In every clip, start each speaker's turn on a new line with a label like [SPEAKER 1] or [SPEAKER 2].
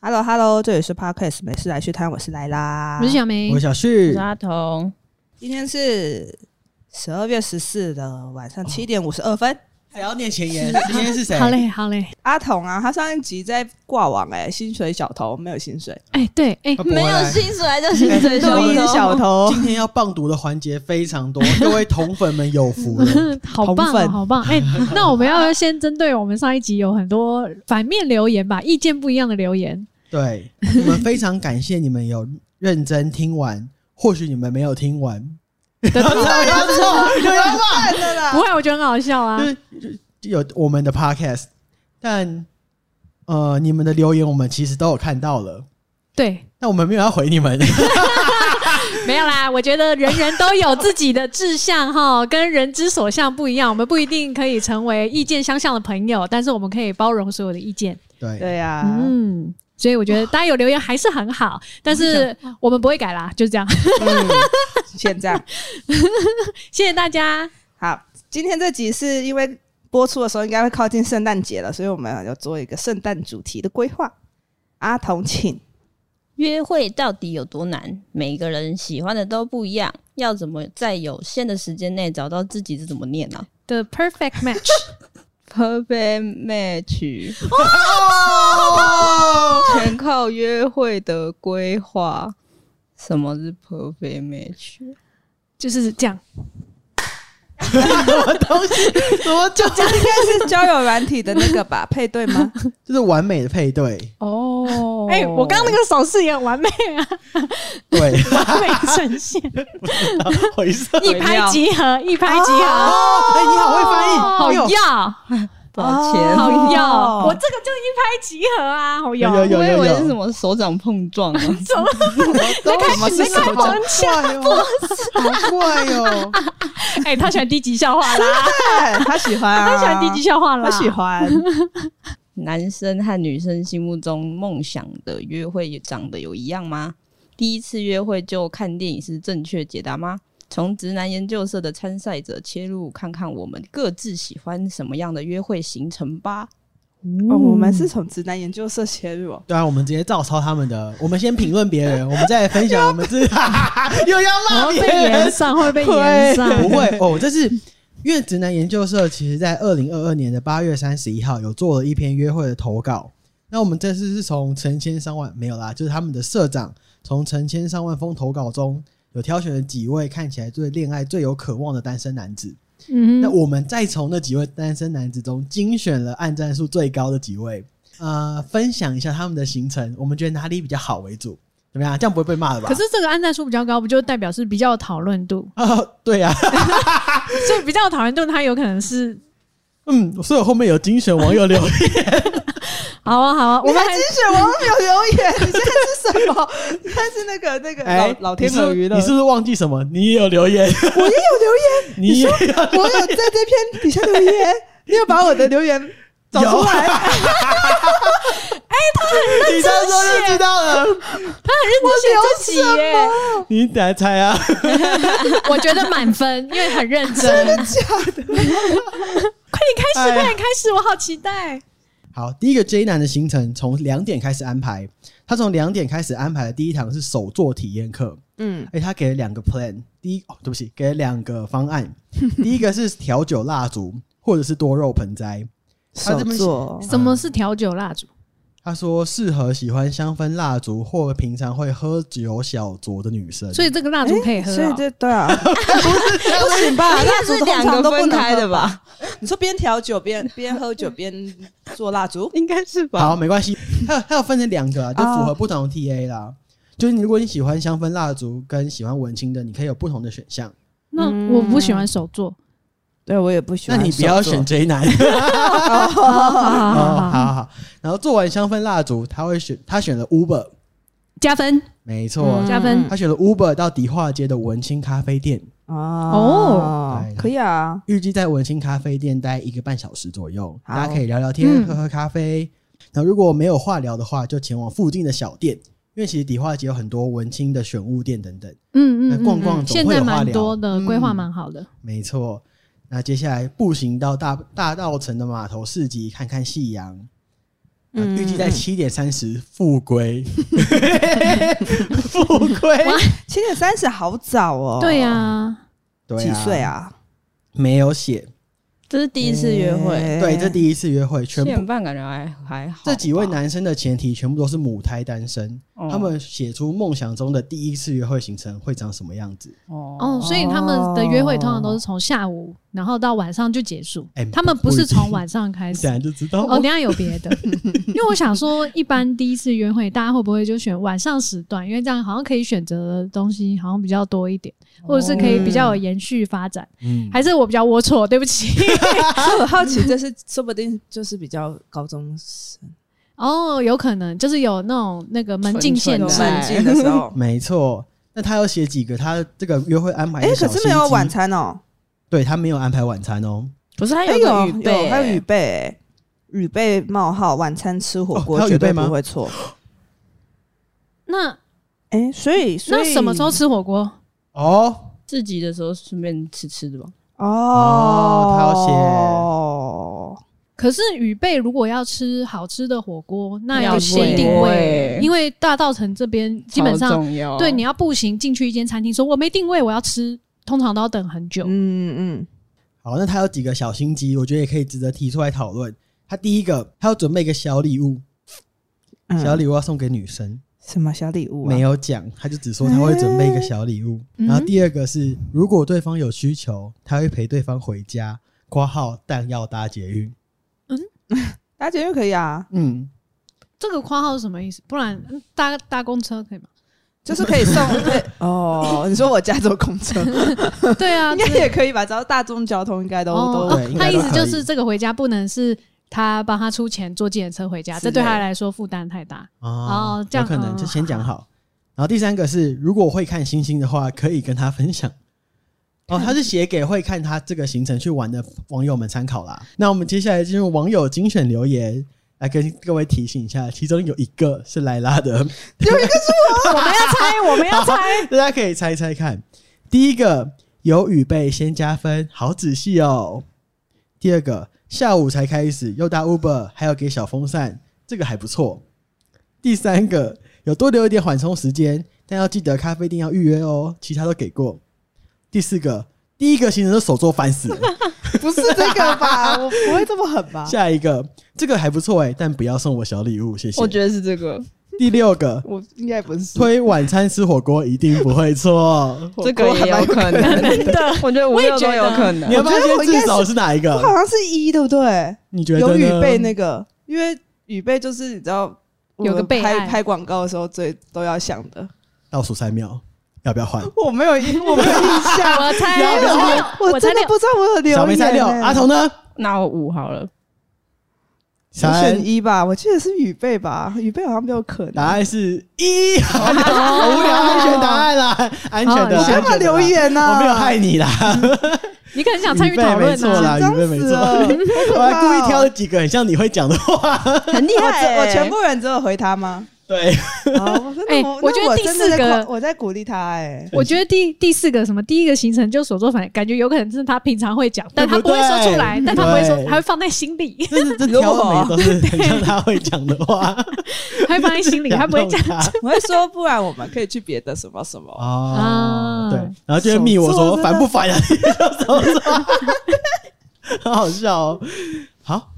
[SPEAKER 1] Hello Hello，这里是 Podcast 美事来续摊，我是莱拉
[SPEAKER 2] 我。是小梅，
[SPEAKER 3] 我小旭
[SPEAKER 4] 是，阿童，
[SPEAKER 1] 今天是十二月十四的晚
[SPEAKER 4] 哦
[SPEAKER 1] 上七点五十二分。
[SPEAKER 3] 还要念前言。今天是谁？
[SPEAKER 2] 好嘞，好嘞，
[SPEAKER 1] 阿童啊，他上一集在挂网哎、薪水小偷没有薪水，
[SPEAKER 2] 哎，对，哎
[SPEAKER 3] 他，不会
[SPEAKER 4] 没有
[SPEAKER 3] 来
[SPEAKER 4] 薪水就薪 水 小
[SPEAKER 1] 录音小
[SPEAKER 4] 偷，
[SPEAKER 1] 偷。
[SPEAKER 3] 今天要棒读的环节非常多，各位同粉们有福 了。
[SPEAKER 2] 好棒、
[SPEAKER 1] 同
[SPEAKER 2] 哦，
[SPEAKER 1] 粉
[SPEAKER 2] 好棒！哎、那我们要先针对我们上一集有很多反面留言吧，意见不一样的留言，
[SPEAKER 3] 对，我们非常感谢你们有认真听完，或许你们没有听完，
[SPEAKER 2] 对
[SPEAKER 3] 不要错，有要
[SPEAKER 1] 真的啦
[SPEAKER 2] 不，会，我觉得很好笑啊。
[SPEAKER 3] 有我们的 podcast，但呃，你们的留言我们其实都有看到了，
[SPEAKER 2] 对，
[SPEAKER 3] 但我们没有要回你 们。
[SPEAKER 2] 没有啦，我觉得人人都有自己的志向哈，跟人之所向不一样，我们不一定可以成为意见相像的朋友，但是我们可以包容所有的意见。
[SPEAKER 3] 对，
[SPEAKER 1] 对啊呀、
[SPEAKER 2] 嗯，所以我觉得大家有留言还是很好，但是我们不会改啦，就是这样。
[SPEAKER 1] 嗯，先这样。
[SPEAKER 2] 谢谢大家。
[SPEAKER 1] 好，今天这集是因为播出的时候应该会靠近圣诞节了，所以我们有做一个圣诞主题的规划。阿童， 请
[SPEAKER 4] 约会到底有多难？每个人喜欢的都不一样，要怎么在有限的时间内找到自己？这怎么念啊呢、
[SPEAKER 2] The perfect match，
[SPEAKER 4] Perfect match，
[SPEAKER 3] 哦，
[SPEAKER 4] 全靠约会的规划。什么是 perfect match？
[SPEAKER 2] 就是这样。
[SPEAKER 3] 什么 东西？什么叫
[SPEAKER 1] 这应该是交友软体的那个吧？配对吗？
[SPEAKER 3] 这是完美的配对？
[SPEAKER 2] 哦，哎、我刚刚那个手势也很完美啊，
[SPEAKER 3] 对，
[SPEAKER 2] 完美呈现，
[SPEAKER 3] 回声。
[SPEAKER 2] 一拍即合，一拍即合，
[SPEAKER 3] 哦，哎，你好会翻译，哎
[SPEAKER 2] 好
[SPEAKER 3] 有
[SPEAKER 2] 要，
[SPEAKER 4] 抱歉，
[SPEAKER 1] 哦
[SPEAKER 2] 好
[SPEAKER 1] 哦
[SPEAKER 2] 要，我这个就一拍即合啊，好要，
[SPEAKER 3] 有有
[SPEAKER 4] 我以
[SPEAKER 3] 有
[SPEAKER 4] 为
[SPEAKER 3] 有
[SPEAKER 4] 是什么手掌碰撞啊？
[SPEAKER 3] 都
[SPEAKER 2] 开
[SPEAKER 3] 哦什么
[SPEAKER 2] 始
[SPEAKER 3] 是
[SPEAKER 2] 在
[SPEAKER 3] 什
[SPEAKER 2] 开
[SPEAKER 3] 么？好怪哦，好怪哦！
[SPEAKER 2] 哎、他喜欢低级笑话啦，
[SPEAKER 1] 对他喜欢啊，
[SPEAKER 2] 他喜欢低级笑话啦，
[SPEAKER 1] 他喜欢。
[SPEAKER 4] 男生和女生心目中梦想的约会长得有一样吗？第一次约会就看电影是正确解答吗？从直男研究社的参赛者切入，看看我们各自喜欢什么样的约会行程吧。
[SPEAKER 1] 哦，我们是从直男研究社切入 哦。
[SPEAKER 3] 对啊，我们直接照抄他们的，我们先评论别人，我们再来分享我们自己， 又要骂
[SPEAKER 2] 会
[SPEAKER 3] 别
[SPEAKER 2] 被延
[SPEAKER 3] 人，
[SPEAKER 2] 上，会被延上，
[SPEAKER 3] 不会哦，这是。因为直男研究社其实在二零二二年的八月三十一号有做了一篇约会的投稿，那我们这次是从成千上万没有啦，就是他们的社长从成千上万封投稿中有挑选了几位看起来对恋爱最有渴望的单身男子，
[SPEAKER 2] 嗯
[SPEAKER 3] 那
[SPEAKER 2] 哼，
[SPEAKER 3] 我们再从那几位单身男子中精选了按赞数最高的几位，呃，分享一下他们的行程，我们觉得哪里比较好为主，怎么样？这样不会被骂了吧？
[SPEAKER 2] 可是这个按赞数比较高，不就代表是比较有讨论度？
[SPEAKER 3] 啊、对呀、
[SPEAKER 2] 所以比较有讨论度，它有可能是
[SPEAKER 3] 嗯，所以我后面有精选网友留言，
[SPEAKER 2] 好啊，好啊，我
[SPEAKER 1] 我
[SPEAKER 2] 们
[SPEAKER 1] 们
[SPEAKER 2] 还
[SPEAKER 1] 精选网友留言，你现在是什么？你现在是那个那个老 老天鹅娱乐，
[SPEAKER 3] 哎你是不是你是不是忘记什么？你也有 留言，
[SPEAKER 1] 我也有留言，
[SPEAKER 3] 你也有
[SPEAKER 1] 我有在这篇底下留言，你有把我的留言找出 来？嗯
[SPEAKER 3] 你到时候
[SPEAKER 1] 啊
[SPEAKER 3] 就知道了。
[SPEAKER 2] 自己耶，
[SPEAKER 3] 你等下猜啊，
[SPEAKER 2] 我觉得满分，因为很认真。真的假的？快点开始，
[SPEAKER 3] 哎呀
[SPEAKER 2] 快点开始，我好期待。
[SPEAKER 3] 好，第一个 J 男的行程从两点开始安排，他从两点开始安排的第一堂是手作体验课。
[SPEAKER 1] 嗯，
[SPEAKER 3] 哎、他给了两个 plan，第一哦，对不起，给了两个方案， 第一个是调酒蜡烛或者是多肉盆栽。他
[SPEAKER 1] 手
[SPEAKER 3] 这边
[SPEAKER 1] 作
[SPEAKER 2] 什么是调酒蜡烛？
[SPEAKER 3] 他说适合喜欢香氛蜡烛或平常会喝酒小酌的女生。
[SPEAKER 2] 所以这个蜡烛可以喝
[SPEAKER 1] 所以
[SPEAKER 2] 哦。
[SPEAKER 1] 这对啊，不行 吧？蜡烛
[SPEAKER 4] 是
[SPEAKER 1] 通
[SPEAKER 4] 两
[SPEAKER 1] 常
[SPEAKER 4] 个
[SPEAKER 1] 都不
[SPEAKER 4] 分
[SPEAKER 1] 能
[SPEAKER 4] 开的
[SPEAKER 1] 喝？
[SPEAKER 4] 吧？
[SPEAKER 1] 你说边调酒边边喝酒边做蜡 烛？
[SPEAKER 4] 应该是吧？
[SPEAKER 3] 好，没关系，还有还有分成两个啊，就符合不同的 TA 啦。就是你如果你喜欢香氛蜡烛跟喜欢文青的，你可以有不同的选项。
[SPEAKER 2] 那
[SPEAKER 1] 嗯
[SPEAKER 2] 我不喜欢手做。
[SPEAKER 1] 对我也不喜
[SPEAKER 3] 那
[SPEAKER 1] 欢。
[SPEAKER 3] 你不要选 J 男。
[SPEAKER 2] 好好好
[SPEAKER 3] 哦， 好
[SPEAKER 2] 好好，
[SPEAKER 3] 好好。然后做完香氛蜡烛，他会选他选了 Uber，
[SPEAKER 2] 加分。
[SPEAKER 3] 没错，
[SPEAKER 1] 哦嗯
[SPEAKER 2] 加分
[SPEAKER 3] 他选了 Uber 到迪化街的文青咖啡店。
[SPEAKER 1] 哦
[SPEAKER 3] 对
[SPEAKER 1] 可以啊。
[SPEAKER 3] 预计在文青咖啡店待一个半小时左右，
[SPEAKER 1] 好
[SPEAKER 3] 大家可以聊聊天、
[SPEAKER 2] 嗯
[SPEAKER 3] 喝喝咖啡。那如果没有话聊的话，就前往附近的小店，因为其实迪化街有很多文青的选物店等等。
[SPEAKER 2] 嗯嗯嗯，
[SPEAKER 3] 那哎逛逛
[SPEAKER 2] 嗯
[SPEAKER 3] 总
[SPEAKER 2] 现
[SPEAKER 3] 会
[SPEAKER 2] 在
[SPEAKER 3] 有话
[SPEAKER 2] 蛮
[SPEAKER 3] 聊
[SPEAKER 2] 多的
[SPEAKER 3] 嗯
[SPEAKER 2] 规划，蛮好的。
[SPEAKER 3] 没错。那接下来步行到大大道城的码头市集看看夕阳，呃
[SPEAKER 1] 嗯
[SPEAKER 3] 预计在七点三十复归，复归。
[SPEAKER 1] 七点三十好早哦。
[SPEAKER 2] 对呀，
[SPEAKER 3] 对
[SPEAKER 1] 几岁？啊？
[SPEAKER 3] 没有写。
[SPEAKER 4] 这是第一次约会，
[SPEAKER 1] 哎
[SPEAKER 3] 对，这第一次约会，
[SPEAKER 4] 七
[SPEAKER 3] 全
[SPEAKER 4] 点
[SPEAKER 3] 部
[SPEAKER 4] 半感觉还还好吧。
[SPEAKER 3] 这几位男生的前提全部都是母胎单身，
[SPEAKER 4] 哦，
[SPEAKER 3] 他们写出梦想中的第一次约会行程会长什么样子。
[SPEAKER 2] 哦，
[SPEAKER 4] 哦
[SPEAKER 2] 所以他们的约会通常都是从下午，然后到晚上就结束
[SPEAKER 3] 哎。
[SPEAKER 2] 他们
[SPEAKER 3] 不
[SPEAKER 2] 不
[SPEAKER 3] 不一
[SPEAKER 2] 是
[SPEAKER 3] 定
[SPEAKER 2] 从晚上开始
[SPEAKER 3] 自，然就知道
[SPEAKER 2] 哦，等一下有别的，因为我想说，一般第一次约会，大家会不会就选晚上时段？因为这样好像可以选择的东西好像比较多一点，或者是可以比较有延续发展。
[SPEAKER 3] 嗯，。
[SPEAKER 2] 还是我比较龌龊，对不起。
[SPEAKER 1] 所以我好奇，这是说不定就是比较高中生
[SPEAKER 2] 哦，有可能就是有那种那个门禁限
[SPEAKER 4] 纯
[SPEAKER 1] 有
[SPEAKER 4] 纯
[SPEAKER 2] 制，
[SPEAKER 1] 门禁的时 候
[SPEAKER 3] 没错。那他有写几个他这个约会安排？
[SPEAKER 1] 哎，可是没有晚，餐哦。
[SPEAKER 3] 对他没有安排晚餐哦。
[SPEAKER 4] 不是还
[SPEAKER 1] 哎
[SPEAKER 4] 有
[SPEAKER 1] 有
[SPEAKER 4] 个
[SPEAKER 1] 有
[SPEAKER 4] 预备，
[SPEAKER 1] 还有预备欸，预备冒号晚餐吃火
[SPEAKER 3] 哦还
[SPEAKER 1] 锅
[SPEAKER 3] 有
[SPEAKER 1] 绝
[SPEAKER 3] 预备
[SPEAKER 1] 对
[SPEAKER 3] 吗
[SPEAKER 1] 不会错。
[SPEAKER 2] 那
[SPEAKER 1] 哎，所以所
[SPEAKER 2] 那
[SPEAKER 1] 以
[SPEAKER 2] 什么时候吃火锅？
[SPEAKER 3] 哦，
[SPEAKER 4] 自己的时候顺便吃吃的吧。
[SPEAKER 1] 哦，
[SPEAKER 3] 他要写
[SPEAKER 1] 哦，
[SPEAKER 2] 可是雨贝如果要吃好吃的火锅，那
[SPEAKER 4] 要
[SPEAKER 2] 有先定
[SPEAKER 4] 定
[SPEAKER 2] 位
[SPEAKER 4] 位，
[SPEAKER 2] 因为大稻城这边基本
[SPEAKER 4] 超
[SPEAKER 2] 上
[SPEAKER 4] 重哦要
[SPEAKER 2] 对你要步行进去一间餐厅，说我没定位，我要吃，通常都要等很久。
[SPEAKER 1] 嗯嗯，
[SPEAKER 3] 好，那他有几个小心机，我觉得也可以值得提出来讨论。他第一个，他要准备一个小礼物，
[SPEAKER 1] 嗯
[SPEAKER 3] 小礼物要送给女生，
[SPEAKER 1] 什么小礼物啊？
[SPEAKER 3] 没有讲，他就只说他会准备一个小礼物。
[SPEAKER 2] 嗯
[SPEAKER 3] 然后第二个是，如果对方有需求，他会陪对方回家。挂号但要搭捷运，
[SPEAKER 1] 搭捷运可以啊，
[SPEAKER 3] 嗯，
[SPEAKER 2] 这个括号是什么意思？不然嗯搭搭公车可以吗？
[SPEAKER 1] 就是可以送。 对哦，你说我家坐公车
[SPEAKER 2] 对啊，
[SPEAKER 1] 应该
[SPEAKER 2] 这
[SPEAKER 1] 也可以吧？只要大众交通应该都
[SPEAKER 2] 哦
[SPEAKER 1] 都
[SPEAKER 3] 对应
[SPEAKER 2] 他
[SPEAKER 3] 该
[SPEAKER 2] 意
[SPEAKER 3] 都
[SPEAKER 2] 思
[SPEAKER 3] 可
[SPEAKER 2] 就
[SPEAKER 3] 以
[SPEAKER 2] 是这个回家不能是他帮他出钱坐计程车回家，
[SPEAKER 1] 之
[SPEAKER 2] 这对他
[SPEAKER 1] 类的
[SPEAKER 2] 来说负担太大。
[SPEAKER 3] 哦，
[SPEAKER 2] 哦这样
[SPEAKER 3] 有可能
[SPEAKER 2] 嗯
[SPEAKER 3] 就先讲好。然后第三个是，如果我会看星星的话，可以跟他分享。哦，他是写给会看他这个行程去玩的网友们参考啦。那我们接下来进入网友精选留言，来跟各位提醒一下，其中有一个是莱 拉的，
[SPEAKER 2] 我们要猜，我们要猜。
[SPEAKER 3] 大家可以猜猜看。第一个有雨备先加分，好仔细哦。第二个下午才开始，又搭 Uber，还要给小风扇，这个还不错。第三个有多留一点缓冲时间，但要记得咖啡店要预约哦，其他都给过。第四个，第一个行程都手作烦死了。
[SPEAKER 1] 不是这个吧？ 我不会这么狠吧？
[SPEAKER 3] 下一个，这个还不错哎，但不要送我小礼物，谢谢
[SPEAKER 4] 我。觉得是这个，
[SPEAKER 3] 第六个，
[SPEAKER 1] 我应该不是。
[SPEAKER 3] 推晚餐吃火锅一定不会错。
[SPEAKER 1] 火锅
[SPEAKER 4] 这个也有可 能的，我觉得五
[SPEAKER 2] 我也
[SPEAKER 4] 六
[SPEAKER 2] 觉
[SPEAKER 4] 都
[SPEAKER 2] 得
[SPEAKER 4] 有可能
[SPEAKER 3] 你。要
[SPEAKER 1] 我
[SPEAKER 3] 发
[SPEAKER 1] 觉得我
[SPEAKER 3] 现
[SPEAKER 1] 应该
[SPEAKER 3] 至少是哪一
[SPEAKER 1] 我好
[SPEAKER 3] 个？
[SPEAKER 1] 像是一，对不对？
[SPEAKER 3] 你觉得
[SPEAKER 1] 有雨
[SPEAKER 3] 呢
[SPEAKER 1] 备那个，因为雨备就是你知道，我们
[SPEAKER 2] 有个备
[SPEAKER 1] 拍
[SPEAKER 2] 案
[SPEAKER 1] 拍广告的时候最都要想的。
[SPEAKER 3] 倒数三秒，要不要换？
[SPEAKER 1] 我没有印，我没有 印象，
[SPEAKER 2] 我猜
[SPEAKER 3] 然后
[SPEAKER 2] 六，
[SPEAKER 1] 我
[SPEAKER 2] 我猜
[SPEAKER 1] 真的
[SPEAKER 2] 六，
[SPEAKER 1] 不知道我有留言、欸。
[SPEAKER 3] 小梅猜六，阿童呢？
[SPEAKER 4] 那我五好了，
[SPEAKER 1] 我
[SPEAKER 3] 三
[SPEAKER 1] 选，一吧，我记得是雨备吧，雨备好像比较可能。
[SPEAKER 3] 答案是一，好无聊，安全答案啦，安全的，
[SPEAKER 2] 哦
[SPEAKER 1] 你
[SPEAKER 3] 安全
[SPEAKER 1] 干嘛
[SPEAKER 3] 的
[SPEAKER 1] 留啊言呢、
[SPEAKER 3] 啊我没有害你啦，
[SPEAKER 2] 你可能想参与讨
[SPEAKER 3] 没
[SPEAKER 2] 论
[SPEAKER 3] 错
[SPEAKER 2] 啊。
[SPEAKER 3] 啦，
[SPEAKER 1] 脏
[SPEAKER 3] 预备没
[SPEAKER 1] 死
[SPEAKER 3] 错，
[SPEAKER 1] 了
[SPEAKER 3] 我还故意挑了几个很像你会讲的话，
[SPEAKER 4] 很厉
[SPEAKER 1] 我只
[SPEAKER 4] 害。欸
[SPEAKER 1] 我全部人只有回他吗？
[SPEAKER 3] 对，
[SPEAKER 1] 哦，真的
[SPEAKER 2] 哎
[SPEAKER 1] 我
[SPEAKER 2] 我觉得
[SPEAKER 1] 那
[SPEAKER 2] 第
[SPEAKER 1] 真的在
[SPEAKER 2] 四个
[SPEAKER 1] 夸我在鼓励他哎、
[SPEAKER 2] 我觉得第第四个什么，第一个行程就所作反，感觉有可能是他平常会讲，但他
[SPEAKER 3] 对不
[SPEAKER 2] 不会说出
[SPEAKER 3] 对
[SPEAKER 2] 来，但他不会说
[SPEAKER 3] 对，
[SPEAKER 2] 他会放在心里，
[SPEAKER 3] 这是这挑的每个都是很像他会讲的话，
[SPEAKER 2] 他会放在心里，他不会讲。
[SPEAKER 3] 讲
[SPEAKER 1] 我会说，不然我们可以去别的什么什么。
[SPEAKER 3] 哦
[SPEAKER 2] 啊，
[SPEAKER 3] 对，然后就会密我
[SPEAKER 1] 手
[SPEAKER 3] 说
[SPEAKER 1] 作真的
[SPEAKER 3] 烦不烦啊？你说手作很好笑哦。好，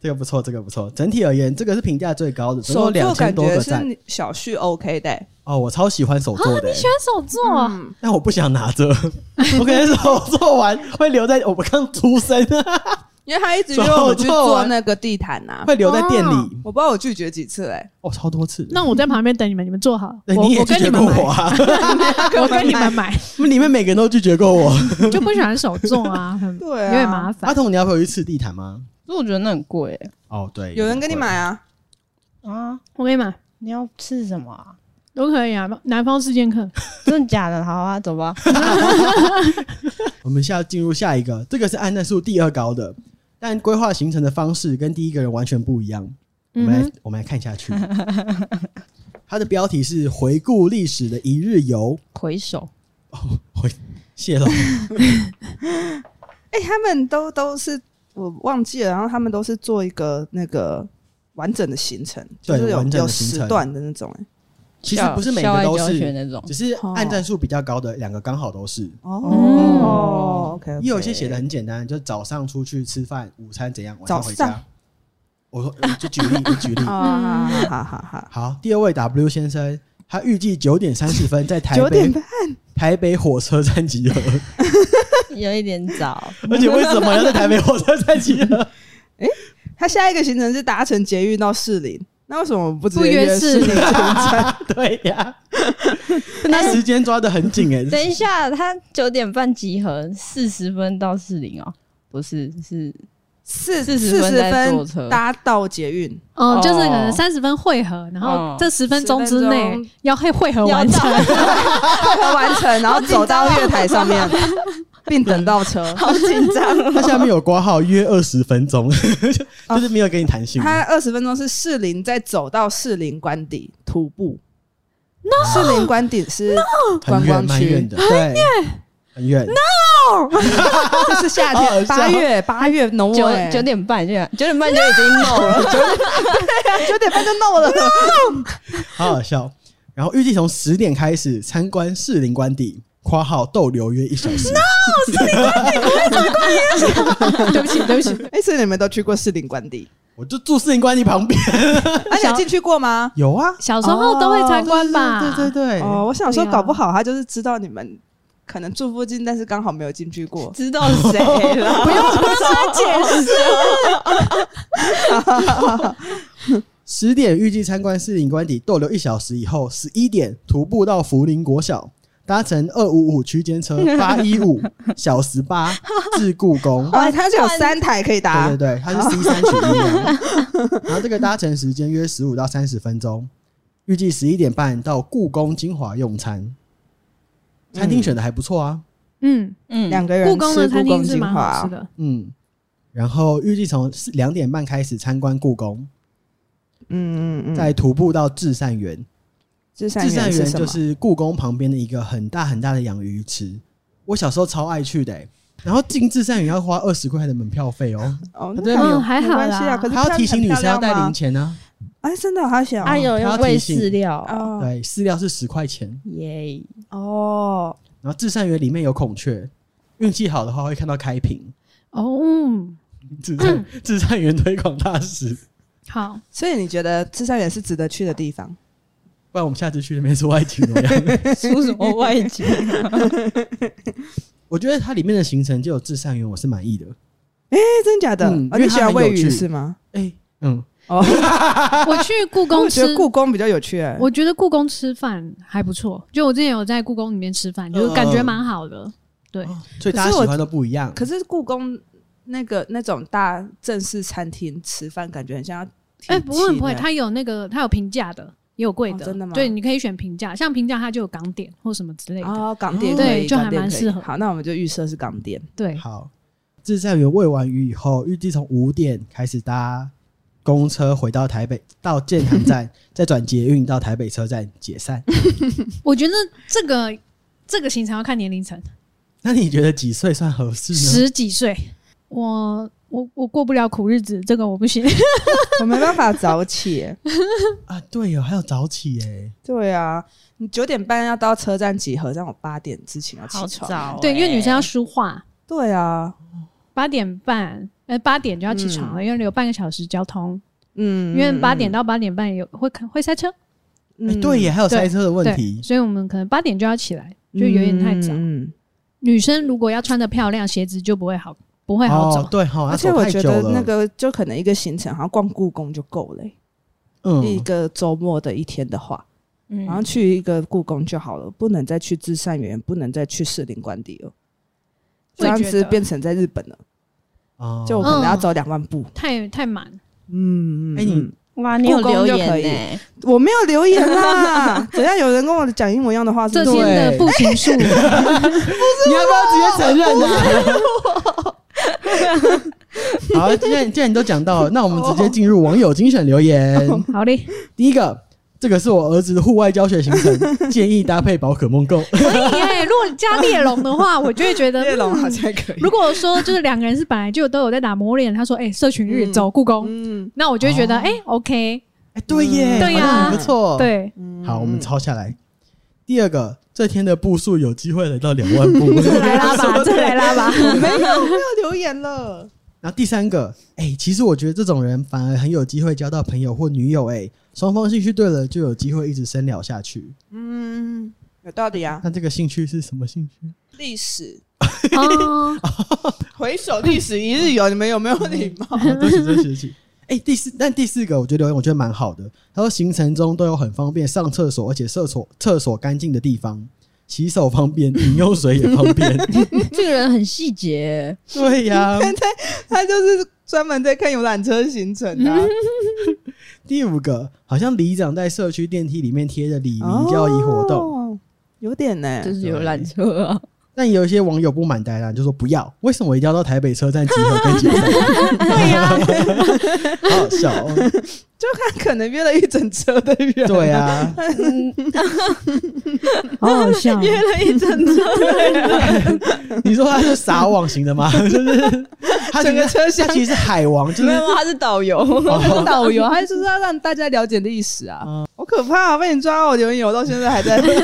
[SPEAKER 3] 这个不错，这个不错。整体而言，这个是评价最高的，总
[SPEAKER 1] 手
[SPEAKER 3] 共两
[SPEAKER 1] 作
[SPEAKER 3] 千
[SPEAKER 1] 感
[SPEAKER 3] 多
[SPEAKER 1] 觉
[SPEAKER 3] 个
[SPEAKER 1] 是
[SPEAKER 3] 赞。
[SPEAKER 1] 你小旭 OK 的、欸，
[SPEAKER 3] 哦，我超喜欢手作的、
[SPEAKER 2] 喜欢手作，
[SPEAKER 1] 嗯，
[SPEAKER 3] 但我不想拿着。我可能手做完会留在我们刚出生，
[SPEAKER 1] 因为他一直约我们去做那个地毯 啊，
[SPEAKER 3] 会留在店里。
[SPEAKER 1] 我不知道我拒绝几次哎、
[SPEAKER 3] 哦，超多次。
[SPEAKER 2] 那我在旁边等你们，你们做好，
[SPEAKER 3] 对
[SPEAKER 2] 我
[SPEAKER 3] 你也
[SPEAKER 2] 我
[SPEAKER 3] 拒
[SPEAKER 2] 跟你
[SPEAKER 3] 绝
[SPEAKER 2] 们
[SPEAKER 3] 过我
[SPEAKER 2] 买，
[SPEAKER 3] 啊？
[SPEAKER 2] 我跟你们买，
[SPEAKER 3] 你们每个人都拒绝过 我。
[SPEAKER 2] 就不喜欢手作 啊，很
[SPEAKER 1] 对啊
[SPEAKER 2] 有点麻
[SPEAKER 3] 阿
[SPEAKER 2] 烦。
[SPEAKER 3] 童，你要陪我去吃地毯吗？
[SPEAKER 4] 可是我觉得那很贵欸
[SPEAKER 3] 哦，对，
[SPEAKER 1] 有人跟你
[SPEAKER 3] 贵
[SPEAKER 1] 买啊？
[SPEAKER 4] 啊！
[SPEAKER 2] 我跟你买
[SPEAKER 4] 你要吃什么啊？
[SPEAKER 2] 都可以啊，南方四剑客，
[SPEAKER 4] 真的假的？好啊，走吧。
[SPEAKER 3] 我们现在进入下一个，这个是按奈数第二高的，但规划行程的方式跟第一个人完全不一样。我
[SPEAKER 2] 嗯
[SPEAKER 3] 们来，
[SPEAKER 2] 哼，
[SPEAKER 3] 我们来看 下去。它的标题是“回顾历史的一日游哦
[SPEAKER 4] 回首，”，
[SPEAKER 3] 谢了。
[SPEAKER 1] 哎、他们都都是我忘记了，然后他们都是做一个那个完整的行程，就
[SPEAKER 3] 对
[SPEAKER 1] 是有
[SPEAKER 3] 完整的
[SPEAKER 1] 有
[SPEAKER 3] 行
[SPEAKER 1] 时
[SPEAKER 3] 程
[SPEAKER 1] 段的那种、欸。
[SPEAKER 3] 其实不是每个都
[SPEAKER 4] 校外教学
[SPEAKER 3] 是，
[SPEAKER 4] 那 种
[SPEAKER 3] 只是按战术比较高的两个刚好都是。
[SPEAKER 2] 嗯
[SPEAKER 1] 哦，OK，
[SPEAKER 3] 也有些写的很简单，就早上出去吃饭，午餐怎样，晚上回
[SPEAKER 1] 早上
[SPEAKER 3] 家。我说呃就举例，我
[SPEAKER 2] 嗯
[SPEAKER 3] 举例。
[SPEAKER 1] 啊，好好好，
[SPEAKER 3] 好，第二位 W 先生，他预计九点三十分在台
[SPEAKER 1] 九点
[SPEAKER 3] 北
[SPEAKER 1] 半
[SPEAKER 3] 台北火车站集合，
[SPEAKER 4] 有一点 早，
[SPEAKER 3] 而且为什么要在台北火车站集合？
[SPEAKER 1] 他下一个行程是搭乘捷运到士林，那为什么我们不直
[SPEAKER 2] 不
[SPEAKER 1] 接
[SPEAKER 2] 约
[SPEAKER 1] 士
[SPEAKER 2] 士林
[SPEAKER 1] 林 车站？
[SPEAKER 3] 对呀，他时间抓的很紧哎，
[SPEAKER 4] 等一下，他九点半集合，四十分到四零哦，不是是
[SPEAKER 1] 四
[SPEAKER 4] 40
[SPEAKER 1] 四
[SPEAKER 4] 分
[SPEAKER 1] 十
[SPEAKER 4] 在坐车
[SPEAKER 1] 分搭到捷运，
[SPEAKER 2] 哦，就是可能
[SPEAKER 4] 哦
[SPEAKER 2] 三十分汇合，然后
[SPEAKER 4] 哦
[SPEAKER 2] 这十分钟之
[SPEAKER 1] 10
[SPEAKER 2] 内
[SPEAKER 1] 分钟
[SPEAKER 2] 要汇汇合完成。
[SPEAKER 1] 配合完成，然后走到月台上面，并等到车。
[SPEAKER 4] 好紧张，
[SPEAKER 3] 他下面有挂号约二十分钟，就是没有给你弹性。
[SPEAKER 1] 他二十分钟是士林，再走到士林官邸徒步。No! 士林官邸是
[SPEAKER 3] 很
[SPEAKER 1] 观
[SPEAKER 3] 远，
[SPEAKER 1] 光
[SPEAKER 3] 蛮远
[SPEAKER 1] 区，
[SPEAKER 3] 的，对，很远。
[SPEAKER 1] 这是夏
[SPEAKER 3] 好好
[SPEAKER 1] 天
[SPEAKER 3] 笑
[SPEAKER 1] 八月八月浓
[SPEAKER 4] 九
[SPEAKER 1] 尾
[SPEAKER 4] 九点半就九点半就已经弄了，
[SPEAKER 1] 哎九点半就弄了。
[SPEAKER 3] 好好笑。然后预计从十点开始参观士林官邸（括号逗留约一小时）。
[SPEAKER 2] 对不起，对不起，
[SPEAKER 1] 哎，所以你们都去过士林官邸？
[SPEAKER 3] 我就住士林官邸旁边。
[SPEAKER 1] 啊，你有进去过吗？
[SPEAKER 3] 有啊，
[SPEAKER 2] 小时候都会参观吧？
[SPEAKER 3] 对对对，
[SPEAKER 1] 哦，我想说，
[SPEAKER 2] 对啊
[SPEAKER 1] 搞不好他就是知道你们可能住附近，但是刚好没有进去 过。
[SPEAKER 4] 知道谁 了？不用解释，
[SPEAKER 3] 十点预计参观士林官邸逗留一小时以后，十一点徒步到福林国小，搭乘二五五区间车八一五小时八至故宫。
[SPEAKER 1] 哦，他就有三台可以嗯搭
[SPEAKER 3] 对对。对，它是 C 三取一啊。然后这个搭乘时间约十五到三十分钟，预计十一点半到故宫精华用餐。餐厅选的还不错啊，
[SPEAKER 2] 嗯，
[SPEAKER 4] 嗯
[SPEAKER 1] 两个人
[SPEAKER 2] 故宫的
[SPEAKER 1] 吃
[SPEAKER 2] 餐厅是
[SPEAKER 1] 精
[SPEAKER 2] 蛮好
[SPEAKER 1] 华
[SPEAKER 2] 吃，的。
[SPEAKER 3] 嗯。然后预计从两点半开始参观故宫，
[SPEAKER 1] 嗯嗯嗯，
[SPEAKER 3] 再徒步到至善园。
[SPEAKER 1] 至善
[SPEAKER 3] 至善
[SPEAKER 1] 园
[SPEAKER 3] 园
[SPEAKER 1] 什么？
[SPEAKER 3] 就是故宫旁边的一个很大很大的养鱼池，我小时候超爱去的欸、然后进至善园要花二十块的门票费哦，
[SPEAKER 1] 哦，那
[SPEAKER 3] 它这边
[SPEAKER 1] 没有
[SPEAKER 2] 嗯还好啦
[SPEAKER 1] 没关系啊。可是
[SPEAKER 3] 还要提醒女生要带零
[SPEAKER 1] 零。
[SPEAKER 3] 钱啊呢、
[SPEAKER 1] 哎，真的还小
[SPEAKER 4] 啊
[SPEAKER 3] 他
[SPEAKER 4] 有
[SPEAKER 3] 要
[SPEAKER 4] 要
[SPEAKER 3] 提
[SPEAKER 4] 喂
[SPEAKER 3] 醒
[SPEAKER 4] 饲料，
[SPEAKER 1] 哦
[SPEAKER 3] 对，饲料是十块钱。
[SPEAKER 4] 耶，
[SPEAKER 1] 哦，
[SPEAKER 3] 然后至善园里面有孔雀，运气好的话会看到开屏。
[SPEAKER 2] 哦，嗯
[SPEAKER 3] 至善、至善园推广大使，
[SPEAKER 2] 好，
[SPEAKER 1] 所以你觉得至善园是值得去的地
[SPEAKER 3] 嗯
[SPEAKER 1] 方？
[SPEAKER 3] 不然我们下次去那边是外景怎么样？
[SPEAKER 4] 出什么外景？
[SPEAKER 3] 我觉得它里面的行程就有至善园，我是满意的。
[SPEAKER 1] 哎，真假的
[SPEAKER 3] 嗯？
[SPEAKER 1] 哦
[SPEAKER 3] 因为
[SPEAKER 1] 你
[SPEAKER 3] 它
[SPEAKER 1] 喜欢
[SPEAKER 3] 很有
[SPEAKER 1] 喂鱼
[SPEAKER 3] 趣
[SPEAKER 1] 是吗？
[SPEAKER 3] 哎、嗯，
[SPEAKER 1] 哦，
[SPEAKER 2] 我去故宫
[SPEAKER 1] 我觉
[SPEAKER 2] 吃
[SPEAKER 1] 得故宫比较有趣哎。
[SPEAKER 2] 我觉得故宫吃饭还不错，就我之前有在故宫里面吃饭，就是感觉蛮好的。对
[SPEAKER 3] 哦所以大家喜欢都不一样。
[SPEAKER 1] 可是故宫那个那种大正式餐厅吃饭，感觉很像要提
[SPEAKER 2] 哎、不会
[SPEAKER 1] 亲
[SPEAKER 2] 不会，
[SPEAKER 1] 欸
[SPEAKER 2] 它有那个它有平价的，也有贵的、
[SPEAKER 1] 哦真的吗
[SPEAKER 2] 对，你可以选平价，像平价它就有港点或什么之类的。
[SPEAKER 1] 哦，港店
[SPEAKER 2] 对
[SPEAKER 1] 可以
[SPEAKER 2] 就还
[SPEAKER 1] 港店
[SPEAKER 2] 蛮
[SPEAKER 1] 可以
[SPEAKER 2] 适合
[SPEAKER 1] 好，那我们就预设是港店。
[SPEAKER 2] 对，
[SPEAKER 3] 好，至善园喂完鱼以后，预计从五点开始搭公车回到台北，到建潭站，再转捷运到台北车站 解散。
[SPEAKER 2] 我觉得这个这个行程要看年龄层，
[SPEAKER 3] 那你觉得几岁算合适呢？
[SPEAKER 2] 十几岁，我我我过不了苦日子，这个我不行。
[SPEAKER 1] 哦我没办法早起欸、
[SPEAKER 3] 啊，对哦，还有早起哎、
[SPEAKER 1] 对啊，你九点半要到车站集合，让我八点之前要起
[SPEAKER 4] 好
[SPEAKER 1] 床。
[SPEAKER 4] 早，
[SPEAKER 2] 对，因
[SPEAKER 1] 哎
[SPEAKER 2] 为女生要梳化，
[SPEAKER 1] 对啊，
[SPEAKER 2] 八点半。呃，八点就要起床了，因为有半个小时交通，
[SPEAKER 1] 嗯，
[SPEAKER 2] 因为
[SPEAKER 1] 嗯
[SPEAKER 2] 八点，到八点半有会会塞车，
[SPEAKER 1] 嗯
[SPEAKER 3] 哎对耶，，还有塞车的问题
[SPEAKER 2] 对，。所以我们可能八点就要起来，就有点太早。
[SPEAKER 1] 嗯，嗯
[SPEAKER 2] 女生如果要穿的漂亮，鞋子就不会好，不会好
[SPEAKER 3] 哦
[SPEAKER 2] 走，。
[SPEAKER 3] 对哈、哦，
[SPEAKER 1] 而且
[SPEAKER 3] 要走
[SPEAKER 1] 我
[SPEAKER 3] 太
[SPEAKER 1] 觉
[SPEAKER 3] 久
[SPEAKER 1] 得
[SPEAKER 3] 了
[SPEAKER 1] 那个就可能一个行程，好像逛故宫就够了欸、一
[SPEAKER 3] 嗯，
[SPEAKER 1] 个周末的一天的话，
[SPEAKER 4] 嗯
[SPEAKER 1] 然后去一个故宫就好了，不能再去至善园，不能再去士林官邸了。这
[SPEAKER 2] 我也
[SPEAKER 1] 样
[SPEAKER 2] 觉
[SPEAKER 1] 子
[SPEAKER 2] 得
[SPEAKER 1] 变成在日本了，
[SPEAKER 3] 哦
[SPEAKER 1] 就我可能要走两万步。
[SPEAKER 2] 太太满，
[SPEAKER 1] 嗯，嗯
[SPEAKER 3] 哎你
[SPEAKER 1] 嗯
[SPEAKER 4] 哇，你有
[SPEAKER 1] 故宫
[SPEAKER 4] 留
[SPEAKER 1] 就
[SPEAKER 4] 言
[SPEAKER 1] 可以
[SPEAKER 4] 呢，
[SPEAKER 1] 我没有留言啦， 等一下有人跟我讲一模一样的话，是
[SPEAKER 2] 这
[SPEAKER 1] 不是
[SPEAKER 2] 天的步行 数
[SPEAKER 3] 你要不要直接承认呢、 啊？
[SPEAKER 1] 哦
[SPEAKER 3] 好，既然既然你都讲到了，那我们直接进入网友精选留言。
[SPEAKER 2] 好嘞。
[SPEAKER 3] 第一个这个是我儿子的户外教学行程，建议搭配宝可梦 Go。
[SPEAKER 2] 可以耶、如果你加猎龙的话，我就会觉得
[SPEAKER 1] 叶龙
[SPEAKER 2] 嗯
[SPEAKER 1] 好像可以。
[SPEAKER 2] 如果说就是两个人是本来就都有在打磨练，他说：“哎、社群日、
[SPEAKER 1] 嗯
[SPEAKER 2] 走故宫。
[SPEAKER 1] 嗯，
[SPEAKER 2] 那我就会觉得：“
[SPEAKER 3] 哦
[SPEAKER 2] 哎、o k
[SPEAKER 3] 哎，对耶，
[SPEAKER 2] 嗯对呀
[SPEAKER 3] 好像很不错。，嗯
[SPEAKER 2] 对，
[SPEAKER 1] 嗯
[SPEAKER 3] 好，我们抄下来。第二个，这天的步数有机会来到两万 步。
[SPEAKER 2] 这来拉吧，这来拉吧。
[SPEAKER 1] 没有没有留言了，
[SPEAKER 3] 然后第三个，哎、其实我觉得这种人反而很有机会交到朋友或女友、哎，双方兴趣对了，就有机会一直深聊下去。
[SPEAKER 1] 嗯，有道理啊。
[SPEAKER 3] 那这个兴趣是什么兴趣？
[SPEAKER 1] 历史
[SPEAKER 2] 哦，
[SPEAKER 1] 回首历史一日游，你们有没有礼 貌？
[SPEAKER 3] 啊对不起，对不起，对不起。哎、第四，但第四个我觉得留言我觉得蛮好的。他说行程中都有很方便上厕所，而且厕所厕所干净的地方，洗手方便，饮用水也方便。
[SPEAKER 4] 这个人很细节，
[SPEAKER 3] 对呀、
[SPEAKER 1] 他就是专门在看游览车行程的啊、
[SPEAKER 3] 第五个好像里长在社区电梯里面贴着李明交易活动，
[SPEAKER 1] 动，哦有点呢、
[SPEAKER 4] 就是游览车啊，
[SPEAKER 3] 但有一些网友不满呆啦，就说不要，为什么我一定要到台北车站集合跟解 散？
[SPEAKER 2] 对呀、
[SPEAKER 3] 好好笑、哦。
[SPEAKER 1] 他可能约了一整车的人，
[SPEAKER 3] 对 啊，
[SPEAKER 2] 好好 笑。
[SPEAKER 4] 约了一整车，
[SPEAKER 3] 你说他是撒网型的吗？ 就是他
[SPEAKER 1] 整个车
[SPEAKER 3] 厢 其实哦是海王，就
[SPEAKER 4] 没
[SPEAKER 3] 是
[SPEAKER 4] 有，他是导游，
[SPEAKER 1] 当导游， 他就是要让大家了解历史啊，
[SPEAKER 3] 嗯
[SPEAKER 1] 好可怕、啊！被你抓我留言，我到现在还 在还在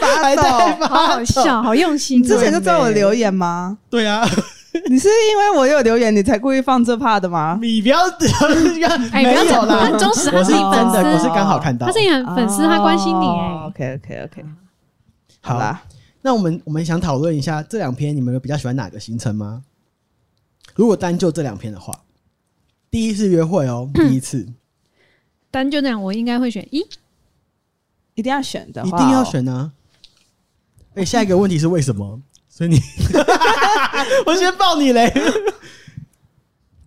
[SPEAKER 1] 发抖。
[SPEAKER 2] 好好笑，好用心
[SPEAKER 1] 你。之前就知道我留言吗？
[SPEAKER 3] 对啊，
[SPEAKER 1] 你是因为我有留言，你才故意放这 part 的 吗？
[SPEAKER 3] 你不要
[SPEAKER 2] 哎、
[SPEAKER 3] 没
[SPEAKER 2] 不要
[SPEAKER 3] 有
[SPEAKER 2] 讲，他
[SPEAKER 3] 啦
[SPEAKER 2] 很，忠实，他
[SPEAKER 3] 我
[SPEAKER 2] 是
[SPEAKER 3] 是
[SPEAKER 2] 你
[SPEAKER 3] 真
[SPEAKER 1] 哦
[SPEAKER 3] 的，
[SPEAKER 2] 粉
[SPEAKER 3] 我是
[SPEAKER 2] 丝，
[SPEAKER 3] 刚好看到
[SPEAKER 2] 他。是你很粉丝，他关心你哎、
[SPEAKER 1] OK OK OK，好
[SPEAKER 3] 好，
[SPEAKER 1] 啦，
[SPEAKER 3] 那我们我们想讨论一下这两篇，你们有比较喜欢哪个行程吗？如果单就这两篇的话，第一次约会哦，
[SPEAKER 1] 嗯
[SPEAKER 3] 第一次
[SPEAKER 2] 单就那样，我应该会选一。
[SPEAKER 1] 一定要选的话，哦
[SPEAKER 3] 一定要。选啊！哎、下一个问题是为什么？所 以你，我先爆你雷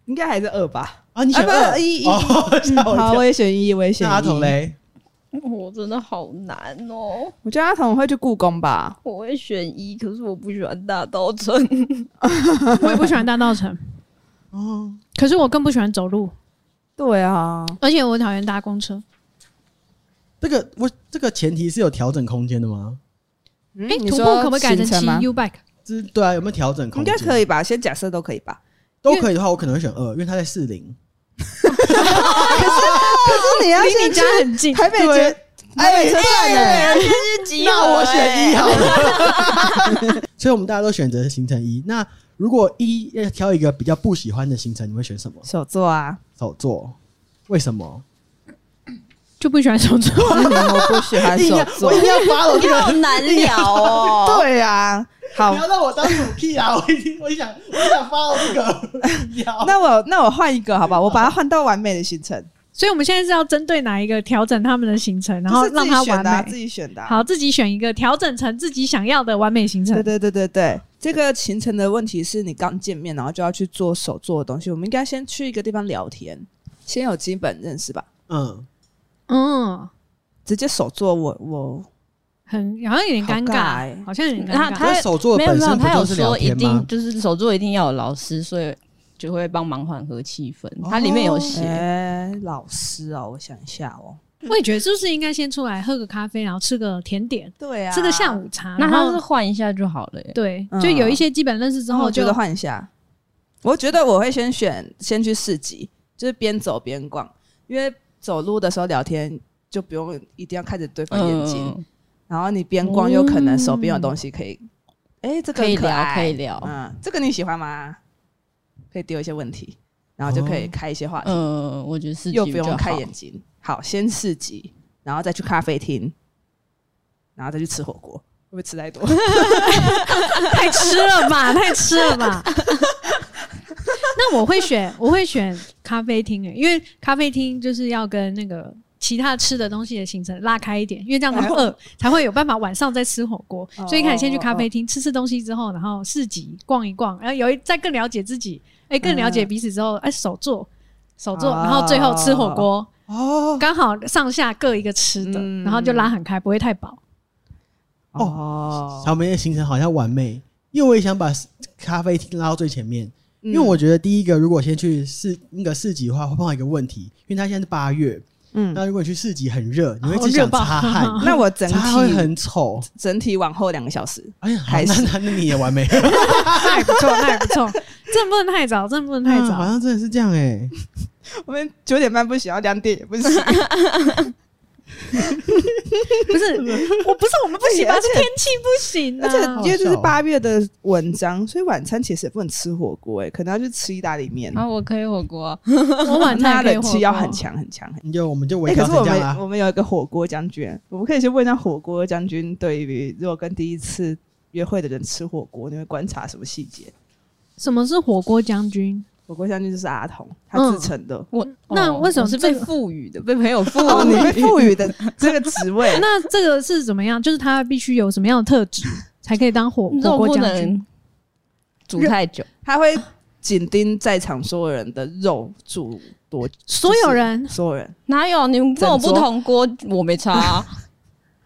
[SPEAKER 1] 应该还是二吧。
[SPEAKER 3] 啊！你选
[SPEAKER 1] 啊不
[SPEAKER 3] 二
[SPEAKER 1] 一一嗯
[SPEAKER 3] 哦， 吓我一
[SPEAKER 1] 好，
[SPEAKER 3] 跳
[SPEAKER 1] 我。也选一，我也选
[SPEAKER 3] 那
[SPEAKER 1] 一。
[SPEAKER 3] 阿童，雷，
[SPEAKER 4] 我真的好难哦。
[SPEAKER 1] 我觉得阿童会去故宫吧。
[SPEAKER 4] 我会选一，可是我不喜欢大道城。
[SPEAKER 2] 我也不喜欢大道城，
[SPEAKER 3] 哦，
[SPEAKER 2] 可是我更不喜欢走路，
[SPEAKER 1] 对啊，
[SPEAKER 2] 而且我讨厌搭公车。
[SPEAKER 3] 这个我这个前提是有调整空间的吗？
[SPEAKER 1] 嗯
[SPEAKER 2] 哎、
[SPEAKER 1] 你
[SPEAKER 2] 徒步
[SPEAKER 1] 说
[SPEAKER 2] 可不可以改成
[SPEAKER 1] 行程
[SPEAKER 2] 骑
[SPEAKER 1] 吗
[SPEAKER 2] U bike？
[SPEAKER 3] 这对啊，有没有调整
[SPEAKER 1] 应
[SPEAKER 3] 空间？
[SPEAKER 1] 该可以吧？先假设都可以吧。
[SPEAKER 3] 都可以的话，我可能会选二，因为他在四零。
[SPEAKER 1] 可是你要
[SPEAKER 2] 离
[SPEAKER 1] 先
[SPEAKER 2] 你家很近，
[SPEAKER 1] 台北捷，台北车站呢？
[SPEAKER 3] 那我选一好了。 所以我们大家都选择行程一。那如果一要挑一个比较不喜欢的行程，你会选什么？
[SPEAKER 1] 手作啊，
[SPEAKER 3] 手作？为什么？
[SPEAKER 2] 就不喜欢 手作。
[SPEAKER 1] 我不喜欢
[SPEAKER 3] 一定
[SPEAKER 1] 手
[SPEAKER 3] 要
[SPEAKER 1] 作
[SPEAKER 3] 我一。定要发 我这
[SPEAKER 4] 你
[SPEAKER 3] 个
[SPEAKER 4] 好难聊哦。
[SPEAKER 1] 对啊，好
[SPEAKER 3] 不，要让我当主 key 啊！我一定，我想，我想发我这个。 好
[SPEAKER 1] 那我那我换一个好吧，我把它换到完美的行程，
[SPEAKER 2] 所以我们现在是要针对哪一个调整他们的行程，然后
[SPEAKER 1] 就是自
[SPEAKER 2] 让
[SPEAKER 1] 己
[SPEAKER 2] 他
[SPEAKER 1] 选
[SPEAKER 2] 完
[SPEAKER 1] 的啊
[SPEAKER 2] 美
[SPEAKER 1] 自。己选的啊。
[SPEAKER 2] 好，自己选一个调整成自己想要的完美行程
[SPEAKER 1] 对。对对对对，这个行程的问题是你刚见面，然后就要去做手做的东西，我们应该先去一个地方聊天，先有基本认识吧。
[SPEAKER 3] 嗯，
[SPEAKER 2] 嗯，
[SPEAKER 1] 直接手做我我
[SPEAKER 2] 很好像有点尴
[SPEAKER 1] 好尬
[SPEAKER 2] 尬，
[SPEAKER 1] 欸
[SPEAKER 2] 好像有点尴
[SPEAKER 4] 那
[SPEAKER 2] 尬。
[SPEAKER 4] 他
[SPEAKER 3] 可是手作
[SPEAKER 4] 没有
[SPEAKER 3] 本
[SPEAKER 4] 没有，
[SPEAKER 3] 身不
[SPEAKER 4] 他有
[SPEAKER 3] 就是聊
[SPEAKER 4] 说一
[SPEAKER 3] 天吗
[SPEAKER 4] 定？就是手作一定要有老师，所以就会帮忙缓和气氛。它里面有写，
[SPEAKER 1] 哎、老师哦，我想一下哦，
[SPEAKER 2] 我也觉得是不是应该先出来喝个咖啡，然后吃个甜点，
[SPEAKER 1] 对啊
[SPEAKER 2] 吃个下午茶。
[SPEAKER 4] 那
[SPEAKER 2] 然
[SPEAKER 4] 他
[SPEAKER 2] 后
[SPEAKER 4] 是换一下就好了耶。
[SPEAKER 2] 对，
[SPEAKER 1] 嗯
[SPEAKER 2] 就有一些基本认识之
[SPEAKER 1] 之后
[SPEAKER 2] 后
[SPEAKER 1] 我觉
[SPEAKER 2] 就
[SPEAKER 1] 得换一下，我觉得我会先选先去市集，就是边走边逛，因为走路的时候聊天就不用一定要看着对方眼睛，
[SPEAKER 4] 嗯，
[SPEAKER 1] 然后你边逛又可能手边有东西可以，哎、这个
[SPEAKER 4] 可以
[SPEAKER 1] 很
[SPEAKER 4] 聊
[SPEAKER 1] 爱
[SPEAKER 4] 可以聊，
[SPEAKER 1] 嗯，这个你喜欢吗？可以丢一些问题，然后就可以开一些话题，
[SPEAKER 4] 哦嗯，我觉得是
[SPEAKER 1] 又不用看眼睛。好，先市集，然后再去咖啡厅，然后再去吃火锅，会不会吃太 多？
[SPEAKER 2] 太吃 了吧，太吃了吧。那我会选，我会选咖啡厅欸诶，因为咖啡厅就是要跟那个其他吃的东西的行程拉开一点，因为这样才会饿，才会有办法晚上再吃火锅。
[SPEAKER 1] 哦
[SPEAKER 2] 所以一开始先去咖啡厅吃吃东西之后，然后市集逛一逛，然后有一再更了解自己，哎、更了解彼此之后，哎、手做手做，
[SPEAKER 1] 哦
[SPEAKER 2] 然后最后吃火锅，
[SPEAKER 3] 哦
[SPEAKER 2] 刚好上下各一个吃的，
[SPEAKER 1] 嗯
[SPEAKER 2] 然后就拉很开，不会 太饱。
[SPEAKER 1] 哦
[SPEAKER 3] 草莓的行程好像完美，因为我也想把咖啡厅拉到最前面。
[SPEAKER 1] 嗯
[SPEAKER 3] 因为我觉得第一个，如果先去市那个市集的话，会碰到一个问题，因为它现在是八月，
[SPEAKER 1] 嗯，
[SPEAKER 3] 那如果你去市集很热，你会
[SPEAKER 2] 哦
[SPEAKER 3] 只想
[SPEAKER 2] 热爆
[SPEAKER 3] 擦汗，
[SPEAKER 1] 那我 整
[SPEAKER 3] 擦汗会
[SPEAKER 1] 体
[SPEAKER 3] 很丑。
[SPEAKER 1] 整体往后两个小时，
[SPEAKER 3] 哎呀，好
[SPEAKER 1] 还
[SPEAKER 3] 那
[SPEAKER 1] 是
[SPEAKER 3] 那那你也 完美，
[SPEAKER 2] 那也不错，那也不错，真的不能太早，真的不能太
[SPEAKER 3] 嗯好
[SPEAKER 2] 早。
[SPEAKER 3] 像真的是这样哎。
[SPEAKER 1] 我们九点半不行，要两点也不行，
[SPEAKER 2] 不是，我不是我们不行吧？
[SPEAKER 1] 而
[SPEAKER 2] 是
[SPEAKER 1] 且
[SPEAKER 2] 天气不行
[SPEAKER 1] 而且
[SPEAKER 2] 啊
[SPEAKER 1] 因。为这是
[SPEAKER 3] 好笑哦
[SPEAKER 1] 八月的文章，所以晚餐其实也不能吃火锅，哎，可能要去吃意大利面。
[SPEAKER 4] 啊，我可以火锅啊，
[SPEAKER 2] 我晚
[SPEAKER 1] 那
[SPEAKER 2] 餐可以
[SPEAKER 1] 冷
[SPEAKER 2] 火
[SPEAKER 1] 嗯气
[SPEAKER 2] 锅
[SPEAKER 1] 要很。强很强很强。
[SPEAKER 3] 你就我们就
[SPEAKER 1] 哎、
[SPEAKER 3] 围
[SPEAKER 1] 可
[SPEAKER 3] 绕
[SPEAKER 1] 是
[SPEAKER 3] 成
[SPEAKER 1] 我
[SPEAKER 3] 这样啊
[SPEAKER 1] 们
[SPEAKER 3] 啦。
[SPEAKER 1] 我们有一个火锅将军，我们可以去问一下火锅将军对于如果跟第一次约会的人吃火锅，你会观察什么细节？
[SPEAKER 2] 什么是火锅将军？
[SPEAKER 1] 火锅将军就是阿童他自称的。
[SPEAKER 4] 我
[SPEAKER 2] 那
[SPEAKER 4] 哦
[SPEAKER 2] 为什么
[SPEAKER 4] 我是
[SPEAKER 2] 这
[SPEAKER 4] 被
[SPEAKER 2] 个
[SPEAKER 4] 赋予的？被朋友赋
[SPEAKER 1] 哦，你
[SPEAKER 4] 予
[SPEAKER 1] 被赋予的这个职位，
[SPEAKER 2] 那这个是怎么样？就是他必须有什么样的特质才可以当火
[SPEAKER 4] 你怎么
[SPEAKER 2] 火锅
[SPEAKER 4] 不
[SPEAKER 2] 将军？
[SPEAKER 4] 能煮太久？
[SPEAKER 1] 他会紧盯在场所有人的肉煮多，
[SPEAKER 2] 所有人
[SPEAKER 1] 所有人
[SPEAKER 4] 哪有？你们跟我不同锅，我没 差啊，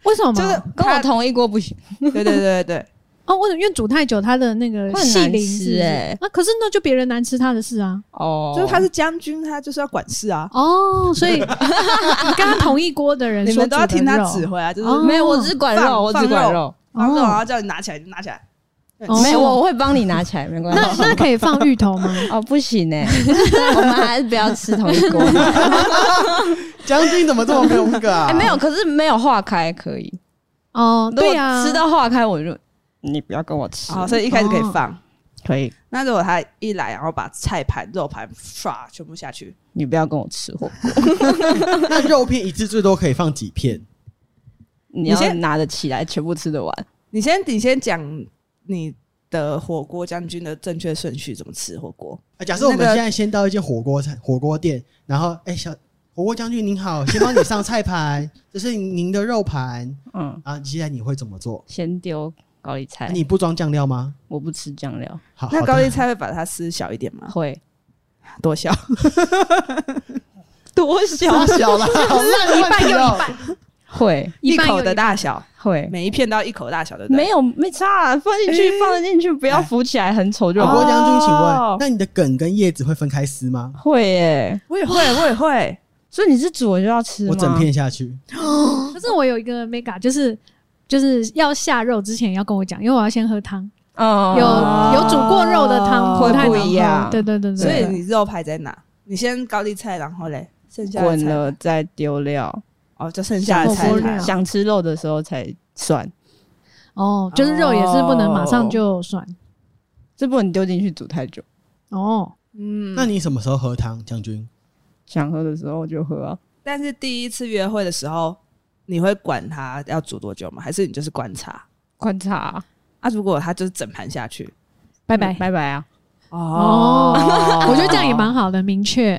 [SPEAKER 2] 为什么？
[SPEAKER 1] 就是
[SPEAKER 4] 跟我
[SPEAKER 1] 他
[SPEAKER 4] 同一锅不行。
[SPEAKER 1] 对对对对对，
[SPEAKER 2] 哦，为什么？因为煮太久，它的那个
[SPEAKER 4] 会很
[SPEAKER 2] 细
[SPEAKER 4] 难
[SPEAKER 2] 鳞
[SPEAKER 4] 吃
[SPEAKER 2] 是不是
[SPEAKER 4] 欸
[SPEAKER 2] 那可是那就别人难吃他的事啊。
[SPEAKER 4] 哦
[SPEAKER 1] 就是他是将军，他就是要管事啊，
[SPEAKER 2] 哦， 所以你跟他同一锅的人
[SPEAKER 1] 你
[SPEAKER 2] 哦说
[SPEAKER 1] 们
[SPEAKER 2] 煮
[SPEAKER 1] 都要
[SPEAKER 2] 的
[SPEAKER 1] 听他
[SPEAKER 2] 肉
[SPEAKER 1] 指挥啊，就是
[SPEAKER 2] 哦
[SPEAKER 4] 没有，我只管
[SPEAKER 1] 放
[SPEAKER 4] 肉，我只管
[SPEAKER 1] 放
[SPEAKER 4] 肉，
[SPEAKER 1] 放肉，然
[SPEAKER 2] 哦
[SPEAKER 1] 后叫你拿起来就拿起来，
[SPEAKER 2] 哦
[SPEAKER 4] 没有，我会帮你拿起来，没关系。
[SPEAKER 2] 那那可以放芋头吗？
[SPEAKER 4] 哦，不 行哎，我们还是不要吃同一锅。
[SPEAKER 3] 将军怎么这么没有那 个啊？
[SPEAKER 4] 哎，没有，可是没有化开可以。
[SPEAKER 2] 哦，
[SPEAKER 4] 如
[SPEAKER 2] 对
[SPEAKER 4] 果
[SPEAKER 2] 呀，
[SPEAKER 4] 吃到化开我就你不要跟我吃。
[SPEAKER 1] 好，所以一开始可以
[SPEAKER 2] 哦
[SPEAKER 1] 放。
[SPEAKER 4] 可以，
[SPEAKER 1] 那如果他一来，然后把菜盘、肉盘唰全部下去，
[SPEAKER 4] 你不要跟我吃火锅，
[SPEAKER 3] 那肉片一次最多可以放几片？
[SPEAKER 4] 你要
[SPEAKER 1] 先
[SPEAKER 4] 拿得起来，全部吃得完。
[SPEAKER 1] 你先你先讲你的火锅将军的正确顺序，怎么吃火锅？
[SPEAKER 3] 啊假设我们
[SPEAKER 1] 那个
[SPEAKER 3] 现在先到一间火锅餐火锅店，然后哎、小火锅将军 您好，先帮你上菜盘，这是您的肉盘
[SPEAKER 4] 嗯，
[SPEAKER 3] 啊。接下来你会怎么做？啊
[SPEAKER 4] 先丢高丽菜，
[SPEAKER 3] 你不装酱料吗？
[SPEAKER 4] 我不吃酱料，
[SPEAKER 3] 好，
[SPEAKER 1] 那
[SPEAKER 3] 啊好
[SPEAKER 1] 高
[SPEAKER 3] 的
[SPEAKER 1] 丽菜会把它撕小一点吗？
[SPEAKER 4] 会
[SPEAKER 1] 多小？
[SPEAKER 4] 多小
[SPEAKER 3] 太小了， 好烂一半又一
[SPEAKER 1] 哦
[SPEAKER 3] 半。
[SPEAKER 4] 会
[SPEAKER 2] 一半有
[SPEAKER 1] 口的大小，
[SPEAKER 4] 会
[SPEAKER 1] 每一片都要一口大小的。
[SPEAKER 4] 没有没差啊，放进去放得进去，不要浮起来，很丑就
[SPEAKER 3] 火
[SPEAKER 4] 好。
[SPEAKER 3] 锅将军，请
[SPEAKER 1] 哦
[SPEAKER 3] 问，那你的梗跟叶子会分开撕吗？
[SPEAKER 4] 会耶，
[SPEAKER 1] 我也会，我也会。
[SPEAKER 4] 所以你是煮我就要吃吗？
[SPEAKER 3] 我整片下去，
[SPEAKER 2] 可是我有一个 mega，就是就是要下肉之前要跟我讲，因为我要先喝汤，
[SPEAKER 4] 嗯，
[SPEAKER 2] 有有煮过肉的汤
[SPEAKER 4] 会
[SPEAKER 2] 不太
[SPEAKER 4] 不
[SPEAKER 2] 能
[SPEAKER 4] 一
[SPEAKER 2] 喝
[SPEAKER 4] 样
[SPEAKER 2] 对对对对，
[SPEAKER 1] 所以
[SPEAKER 4] 对
[SPEAKER 1] 你肉排在哪？你先高丽菜，然后嘞，剩下的
[SPEAKER 4] 滚
[SPEAKER 1] 菜
[SPEAKER 4] 了再丢料，
[SPEAKER 1] 哦，就剩下的
[SPEAKER 2] 火
[SPEAKER 1] 菜
[SPEAKER 2] 锅
[SPEAKER 1] 盘
[SPEAKER 2] 料
[SPEAKER 4] 想吃肉的时候才算，
[SPEAKER 2] 哦，就是肉也是不能马上就涮
[SPEAKER 4] 这不能丢进去煮太久。
[SPEAKER 2] 哦。
[SPEAKER 1] 嗯，
[SPEAKER 3] 那你什么时候喝汤，将军？
[SPEAKER 4] 想喝的时候就喝啊，
[SPEAKER 1] 但是第一次约会的时候，你会管他要煮多久吗？还是你就是观察？
[SPEAKER 4] 观察啊，
[SPEAKER 1] 啊，如果他就是整盘下去，
[SPEAKER 2] 拜拜，
[SPEAKER 4] 拜拜啊！
[SPEAKER 2] 哦 我觉得这样也蛮好的，明确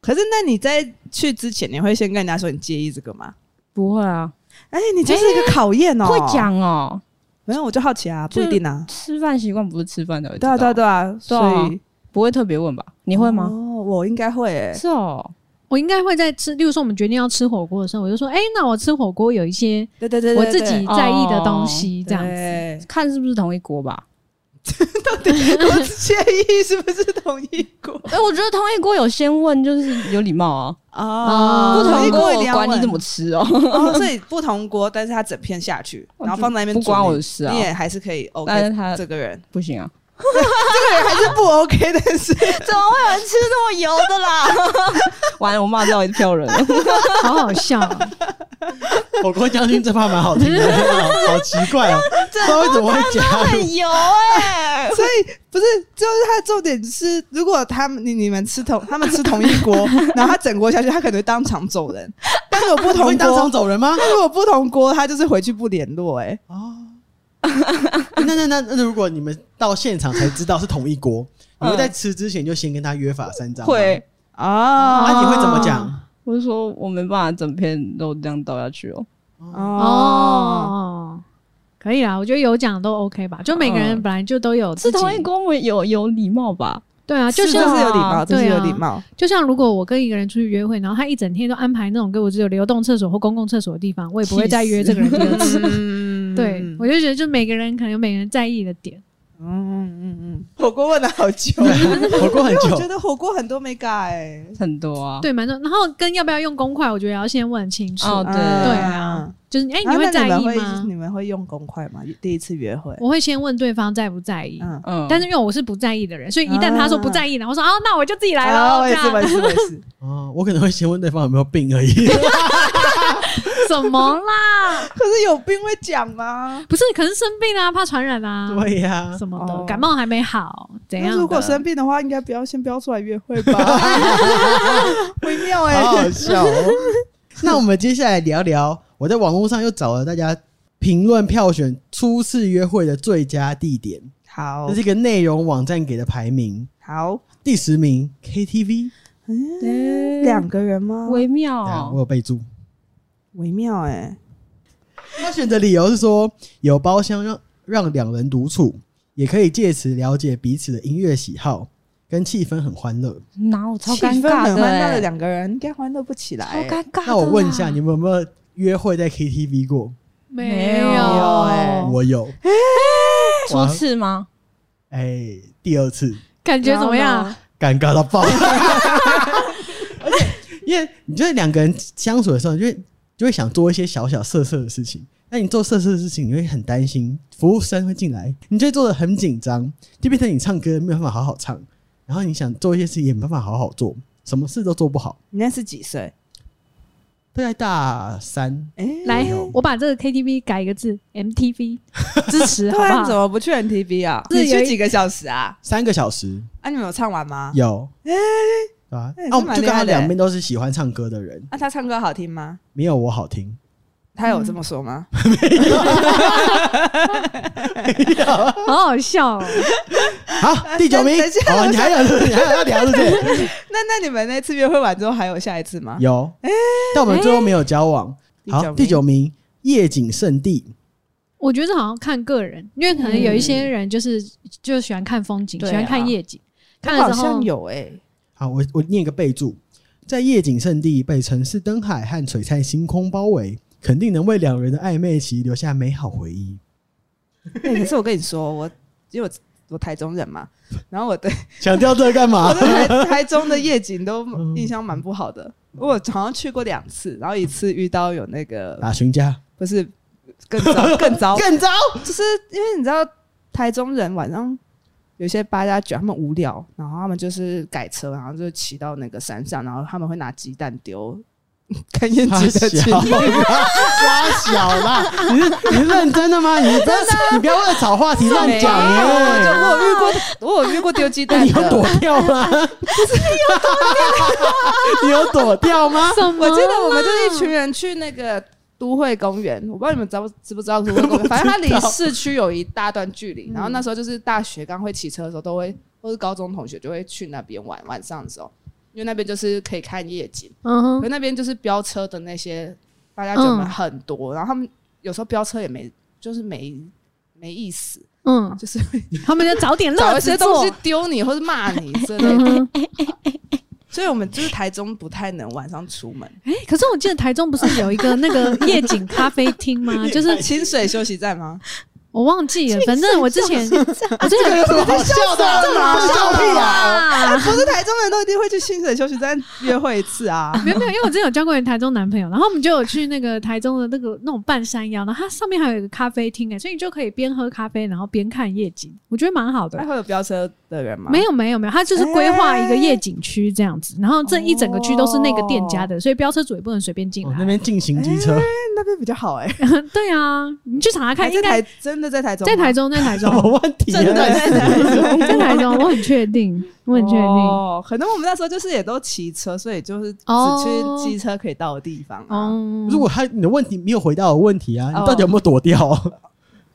[SPEAKER 1] 可是那你在去之前，你会先跟人家说你介意这个吗？
[SPEAKER 4] 不会啊，
[SPEAKER 1] 哎、你就是一个考验哦、
[SPEAKER 4] 会，讲哦，
[SPEAKER 1] 没有我就好奇啊，不一定啊。
[SPEAKER 4] 吃饭习惯不是吃饭的，
[SPEAKER 1] 对啊，对啊，对啊，所以
[SPEAKER 4] 不会特别问吧？你
[SPEAKER 1] 你
[SPEAKER 4] 会吗？
[SPEAKER 1] 哦，我应该会、欸。
[SPEAKER 4] 是哦，
[SPEAKER 2] 我应该会在吃，例如说我们决定要吃火锅的时候，我就说，哎、那我吃火锅有一些
[SPEAKER 1] 对对对
[SPEAKER 2] 我
[SPEAKER 1] 对哦
[SPEAKER 2] 自己在意的东
[SPEAKER 1] 对
[SPEAKER 2] 西，这样子。
[SPEAKER 1] 对
[SPEAKER 4] 看是不是同一锅吧？
[SPEAKER 1] 我介意是不是同一锅
[SPEAKER 4] 哎，我觉得同一锅有先问就是有礼貌啊，
[SPEAKER 1] 啊
[SPEAKER 4] 不
[SPEAKER 2] 哦
[SPEAKER 4] 同锅
[SPEAKER 1] 锅
[SPEAKER 4] 我管你怎么
[SPEAKER 1] 吃、
[SPEAKER 4] 吃哦，
[SPEAKER 1] 哦，所以不同锅，但是他整片下去，然后放在那边
[SPEAKER 4] 不
[SPEAKER 1] 煮
[SPEAKER 4] 关
[SPEAKER 1] 你
[SPEAKER 4] 我的事啊
[SPEAKER 1] 你，也还是可以 OK。
[SPEAKER 4] 但是他
[SPEAKER 1] 这个人
[SPEAKER 4] 不行啊，
[SPEAKER 1] 还是不 OK 的事，
[SPEAKER 4] 怎么会有人吃那么油的啦？ 完了，我骂到一票人了，
[SPEAKER 2] 好好笑哦、
[SPEAKER 3] 火锅将军这话蛮好 听的，好好奇怪哦，不知道为什么会加入。
[SPEAKER 4] 很油哎、
[SPEAKER 1] 所以不是，就是他的重点是，如果他们你你们吃同他们吃同一锅，然后他整锅下去，他可能会当场走人。但是我不
[SPEAKER 3] 不会
[SPEAKER 1] 同
[SPEAKER 3] 当场
[SPEAKER 1] 锅，
[SPEAKER 3] 走人吗？
[SPEAKER 1] 他如果不同锅，他就是回去不联络、欸。
[SPEAKER 3] 哦，欸那那那那，如果你们到现场才知道是同一锅，
[SPEAKER 1] 嗯
[SPEAKER 3] 你会在吃之前就先跟他约法三章吗？
[SPEAKER 4] 会，
[SPEAKER 1] 哎，啊
[SPEAKER 3] 啊，你会怎么讲？
[SPEAKER 4] 我就说我没办法整片肉这样倒下去哦。
[SPEAKER 1] 哦，
[SPEAKER 2] 哦，可以啦，我觉得有奖都 OK 吧，就每个人
[SPEAKER 4] 嗯
[SPEAKER 2] 本来就都有
[SPEAKER 4] 吃
[SPEAKER 2] 自己
[SPEAKER 4] 同一锅，我有有礼貌吧？
[SPEAKER 2] 对啊，就
[SPEAKER 1] 这
[SPEAKER 2] 像
[SPEAKER 1] 是有礼貌，这是
[SPEAKER 2] 对啊
[SPEAKER 1] 有礼貌。
[SPEAKER 2] 就像如果我跟一个人出去约会，然后他一整天都安排那种给我只有流动厕所或公共厕所的地方，我也 不会再约这个人第二次。
[SPEAKER 1] 嗯
[SPEAKER 2] 对，我就觉得就每个人可能有每个人在意的点，
[SPEAKER 1] 嗯嗯，火锅问了好 久，
[SPEAKER 3] 火锅很
[SPEAKER 1] 因 为我觉
[SPEAKER 3] 久，
[SPEAKER 1] 得火锅很多没欸改。
[SPEAKER 4] 很多啊。
[SPEAKER 2] 对，蛮多。然后跟要不要用公筷，我觉得也要先问清楚。
[SPEAKER 1] 嗯
[SPEAKER 4] 哦对
[SPEAKER 2] 对啊，就是
[SPEAKER 1] 然
[SPEAKER 2] 哎、你
[SPEAKER 1] 后
[SPEAKER 2] 会
[SPEAKER 1] 那
[SPEAKER 2] 在
[SPEAKER 1] 你们
[SPEAKER 2] 意
[SPEAKER 1] 会
[SPEAKER 2] 吗？
[SPEAKER 1] 你们会用公筷吗？第一次约会，
[SPEAKER 2] 我会先问对方在不在意。
[SPEAKER 1] 嗯，
[SPEAKER 4] 嗯，
[SPEAKER 2] 但是因为我是不在意的人，所以一旦他说不在意呢，我说啊，那我就自己来
[SPEAKER 1] 啊
[SPEAKER 2] 喽。
[SPEAKER 1] 我
[SPEAKER 2] 这
[SPEAKER 1] 也是，我也
[SPEAKER 2] 样
[SPEAKER 1] 是，我也 是。
[SPEAKER 3] 哦，我可能会先问对方有没有病 而已。
[SPEAKER 2] 什么啦？
[SPEAKER 1] 可是有病会讲吗？
[SPEAKER 2] 不是，可是生病啊，怕传染啊，
[SPEAKER 3] 对呀，
[SPEAKER 2] 什么
[SPEAKER 1] 哦
[SPEAKER 2] 的，感冒还没好，怎样
[SPEAKER 1] 那
[SPEAKER 2] 的？
[SPEAKER 1] 如果生病的话，应该不要先不要出来约会 吧？微妙哎、
[SPEAKER 3] 好好笑哦。 那我们接下来聊聊，我在网络上又找了大家评论票选初次约会的最佳地点，
[SPEAKER 1] 好
[SPEAKER 3] 这是一个内容网站给的排名，
[SPEAKER 1] 好，
[SPEAKER 3] 第十名 KTV，
[SPEAKER 4] 嗯
[SPEAKER 1] 两个人吗？
[SPEAKER 4] 微妙
[SPEAKER 3] 啊，
[SPEAKER 4] 哦
[SPEAKER 3] 我有备注。
[SPEAKER 1] 微妙哎、
[SPEAKER 3] 他选的理由是说有包厢让让两人独处，也可以借此了解彼此的音乐喜好，跟气氛很欢乐。
[SPEAKER 4] 哪有超
[SPEAKER 1] 气
[SPEAKER 4] 尴
[SPEAKER 1] 氛
[SPEAKER 4] 尬
[SPEAKER 1] 很
[SPEAKER 4] 的
[SPEAKER 1] 欢乐的
[SPEAKER 4] 欸，
[SPEAKER 1] 两个人应该欢乐不起来、
[SPEAKER 4] 超
[SPEAKER 1] 欸。
[SPEAKER 4] 尴尬的啦。
[SPEAKER 3] 那我问一下，你们有没有约会在 KTV 过？
[SPEAKER 2] 没
[SPEAKER 4] 没
[SPEAKER 1] 有欸
[SPEAKER 2] 有？
[SPEAKER 3] 我有，
[SPEAKER 4] 初次吗？
[SPEAKER 3] 哎、第二次
[SPEAKER 2] 感觉怎么样？
[SPEAKER 3] 尴尬 到爆，而且因为你就是两个人相处的时候，你就会就会想做一些小小色色的事情。那你做色色的事情，你会很担心服务生会进来，你就会做的很紧张，就变成你唱歌没有办法好好唱，然后你想做一些事情也没办法好好做，什么事都做不好。
[SPEAKER 1] 你那是几岁？
[SPEAKER 3] 大概大三，
[SPEAKER 1] 哎、
[SPEAKER 2] 来
[SPEAKER 3] 没有，
[SPEAKER 2] 我把这个 KTV 改一个字，MTV 支持，好
[SPEAKER 1] 对
[SPEAKER 2] 不
[SPEAKER 1] 啊，你
[SPEAKER 2] 好
[SPEAKER 1] 怎？么不去 NTV 啊？
[SPEAKER 2] 是
[SPEAKER 1] 你
[SPEAKER 2] 有
[SPEAKER 1] 去
[SPEAKER 2] 一
[SPEAKER 1] 几个小时啊？
[SPEAKER 3] 三个小时
[SPEAKER 1] 啊，你们有唱完吗？
[SPEAKER 3] 有，哎、对吧、
[SPEAKER 1] 那也是
[SPEAKER 3] 啊，我们
[SPEAKER 1] 哎蛮
[SPEAKER 3] 就
[SPEAKER 1] 厉
[SPEAKER 3] 刚好
[SPEAKER 1] 害的
[SPEAKER 3] 两边都是喜欢唱歌的人，
[SPEAKER 1] 啊，他唱歌好听吗？
[SPEAKER 3] 没有我好听。
[SPEAKER 1] 他有这么说吗？
[SPEAKER 3] 嗯
[SPEAKER 2] 好好笑哦！
[SPEAKER 3] 好，第九名
[SPEAKER 1] 等一下，
[SPEAKER 3] 哦，你还有，你还有要聊，对不对？
[SPEAKER 1] 那那你们那次约会完之后还有下一次吗？
[SPEAKER 3] 有，但我们最后没有交往。
[SPEAKER 1] 啊哎第九
[SPEAKER 3] 好，
[SPEAKER 1] 名
[SPEAKER 3] 第九名夜景圣地，
[SPEAKER 2] 我觉得这好像看个人，因为可能有一些人就是就喜欢看风景，
[SPEAKER 4] 对啊
[SPEAKER 2] 喜欢看夜景，看
[SPEAKER 1] 他
[SPEAKER 2] 了
[SPEAKER 1] 好
[SPEAKER 2] 之
[SPEAKER 1] 像
[SPEAKER 2] 后
[SPEAKER 1] 有哎、
[SPEAKER 3] 好，我我念一个备注，在夜景圣地被城市灯海和璀璨星空包围，肯定能为两人的暧昧期留下美好回忆。
[SPEAKER 1] 欸可是我跟你说，我因为我我台中人嘛，然后我对
[SPEAKER 3] 强调这个干 嘛
[SPEAKER 1] 我？对台台中的夜景都
[SPEAKER 3] 啊嗯
[SPEAKER 1] 印象蛮不好的。我好像去过两次，然后一次遇到有那个
[SPEAKER 3] 打询家
[SPEAKER 1] 不是更 糟更糟，
[SPEAKER 3] 更糟，
[SPEAKER 1] 就是因为你知道台中人晚上有些八家酒，他们无聊，然后他们就是改车，然后就骑到那个山上，然后他们会拿鸡蛋丢 看烟
[SPEAKER 3] 他
[SPEAKER 1] 机的去
[SPEAKER 3] 小啦，他小啦！你是你是认真的吗？你不要 你不要为了找话题乱讲
[SPEAKER 1] 啊我就
[SPEAKER 3] 哎！
[SPEAKER 1] 我有遇过，我有遇过丢鸡
[SPEAKER 3] 那
[SPEAKER 1] 蛋
[SPEAKER 3] 你有
[SPEAKER 1] 的。
[SPEAKER 3] 躲掉吗？ 你有躲掉吗？
[SPEAKER 2] 什么
[SPEAKER 1] 啊我
[SPEAKER 2] 啦？
[SPEAKER 1] 记得哦我们就是一群人去那个都会公园，我不知道你们知不知不知道都会公 园，反正它离市区有一大段距
[SPEAKER 2] 嗯
[SPEAKER 1] 离。然后那时候就是大学刚会骑车的时候，都会或是高中同学就会去那边玩，晚上的时候，因为那边就是可以看夜景，
[SPEAKER 2] 嗯
[SPEAKER 1] 可
[SPEAKER 2] 哼，
[SPEAKER 1] 那边就是飙车的那些大家酒们很
[SPEAKER 2] 嗯
[SPEAKER 1] 多，然后他们有时候飙车也没就是没没意思，
[SPEAKER 2] 嗯，
[SPEAKER 1] 就是 会
[SPEAKER 2] 他们就找点
[SPEAKER 1] 找
[SPEAKER 2] 乐
[SPEAKER 1] 一
[SPEAKER 2] 子
[SPEAKER 1] 些东
[SPEAKER 2] 做
[SPEAKER 1] 西。丢你或是骂你之类
[SPEAKER 2] 嗯
[SPEAKER 1] 的。
[SPEAKER 2] 哼，
[SPEAKER 1] 所以我们就是台中不太能晚上出门，
[SPEAKER 2] 哎，可是我记得台中不是有一个那个夜景咖啡厅 吗？就是
[SPEAKER 1] 清水休息站吗？
[SPEAKER 2] 我忘记了，反正我之 前我之
[SPEAKER 3] 这个
[SPEAKER 2] 前
[SPEAKER 3] 有什么好笑的？这么笑屁啊！
[SPEAKER 2] 啊，
[SPEAKER 1] 不是台中人都一定会去清水休息站约会一次 啊。
[SPEAKER 2] 没有没有，因为我之前有交过一个台中男朋友，然后我们就有去那个台中的那个那种半山腰，然后它上面还有一个咖啡厅哎，所以你就可以边喝咖啡然后边看夜景，我觉得蛮好的
[SPEAKER 1] 那。会有飙车的人吗？
[SPEAKER 2] 没有没有没有，它就是规划一个夜景区这样子，然后这一整个区都是那个店家的，所以飙车主也不能随便进
[SPEAKER 3] 哦
[SPEAKER 2] 来。
[SPEAKER 3] 那边进行机车，
[SPEAKER 1] 那边比较好哎、欸。
[SPEAKER 2] 对啊，你去查查
[SPEAKER 1] 还
[SPEAKER 2] 看，
[SPEAKER 1] 在
[SPEAKER 2] 应该
[SPEAKER 1] 台真的在台中吗，
[SPEAKER 2] 在台中，在台
[SPEAKER 3] 什
[SPEAKER 2] 中
[SPEAKER 3] 么，问题啊？
[SPEAKER 1] 真的在台中。
[SPEAKER 2] 在台中，我很确定，我很确定。
[SPEAKER 1] 哦，可能我们那时候就是也都骑车，所以就是只
[SPEAKER 2] 哦
[SPEAKER 1] 去机车可以到的地方、啊。哦，
[SPEAKER 2] 哦，
[SPEAKER 3] 如果他你的问题没有回答我的问题啊，你
[SPEAKER 1] 哦
[SPEAKER 3] 到底有没有躲掉？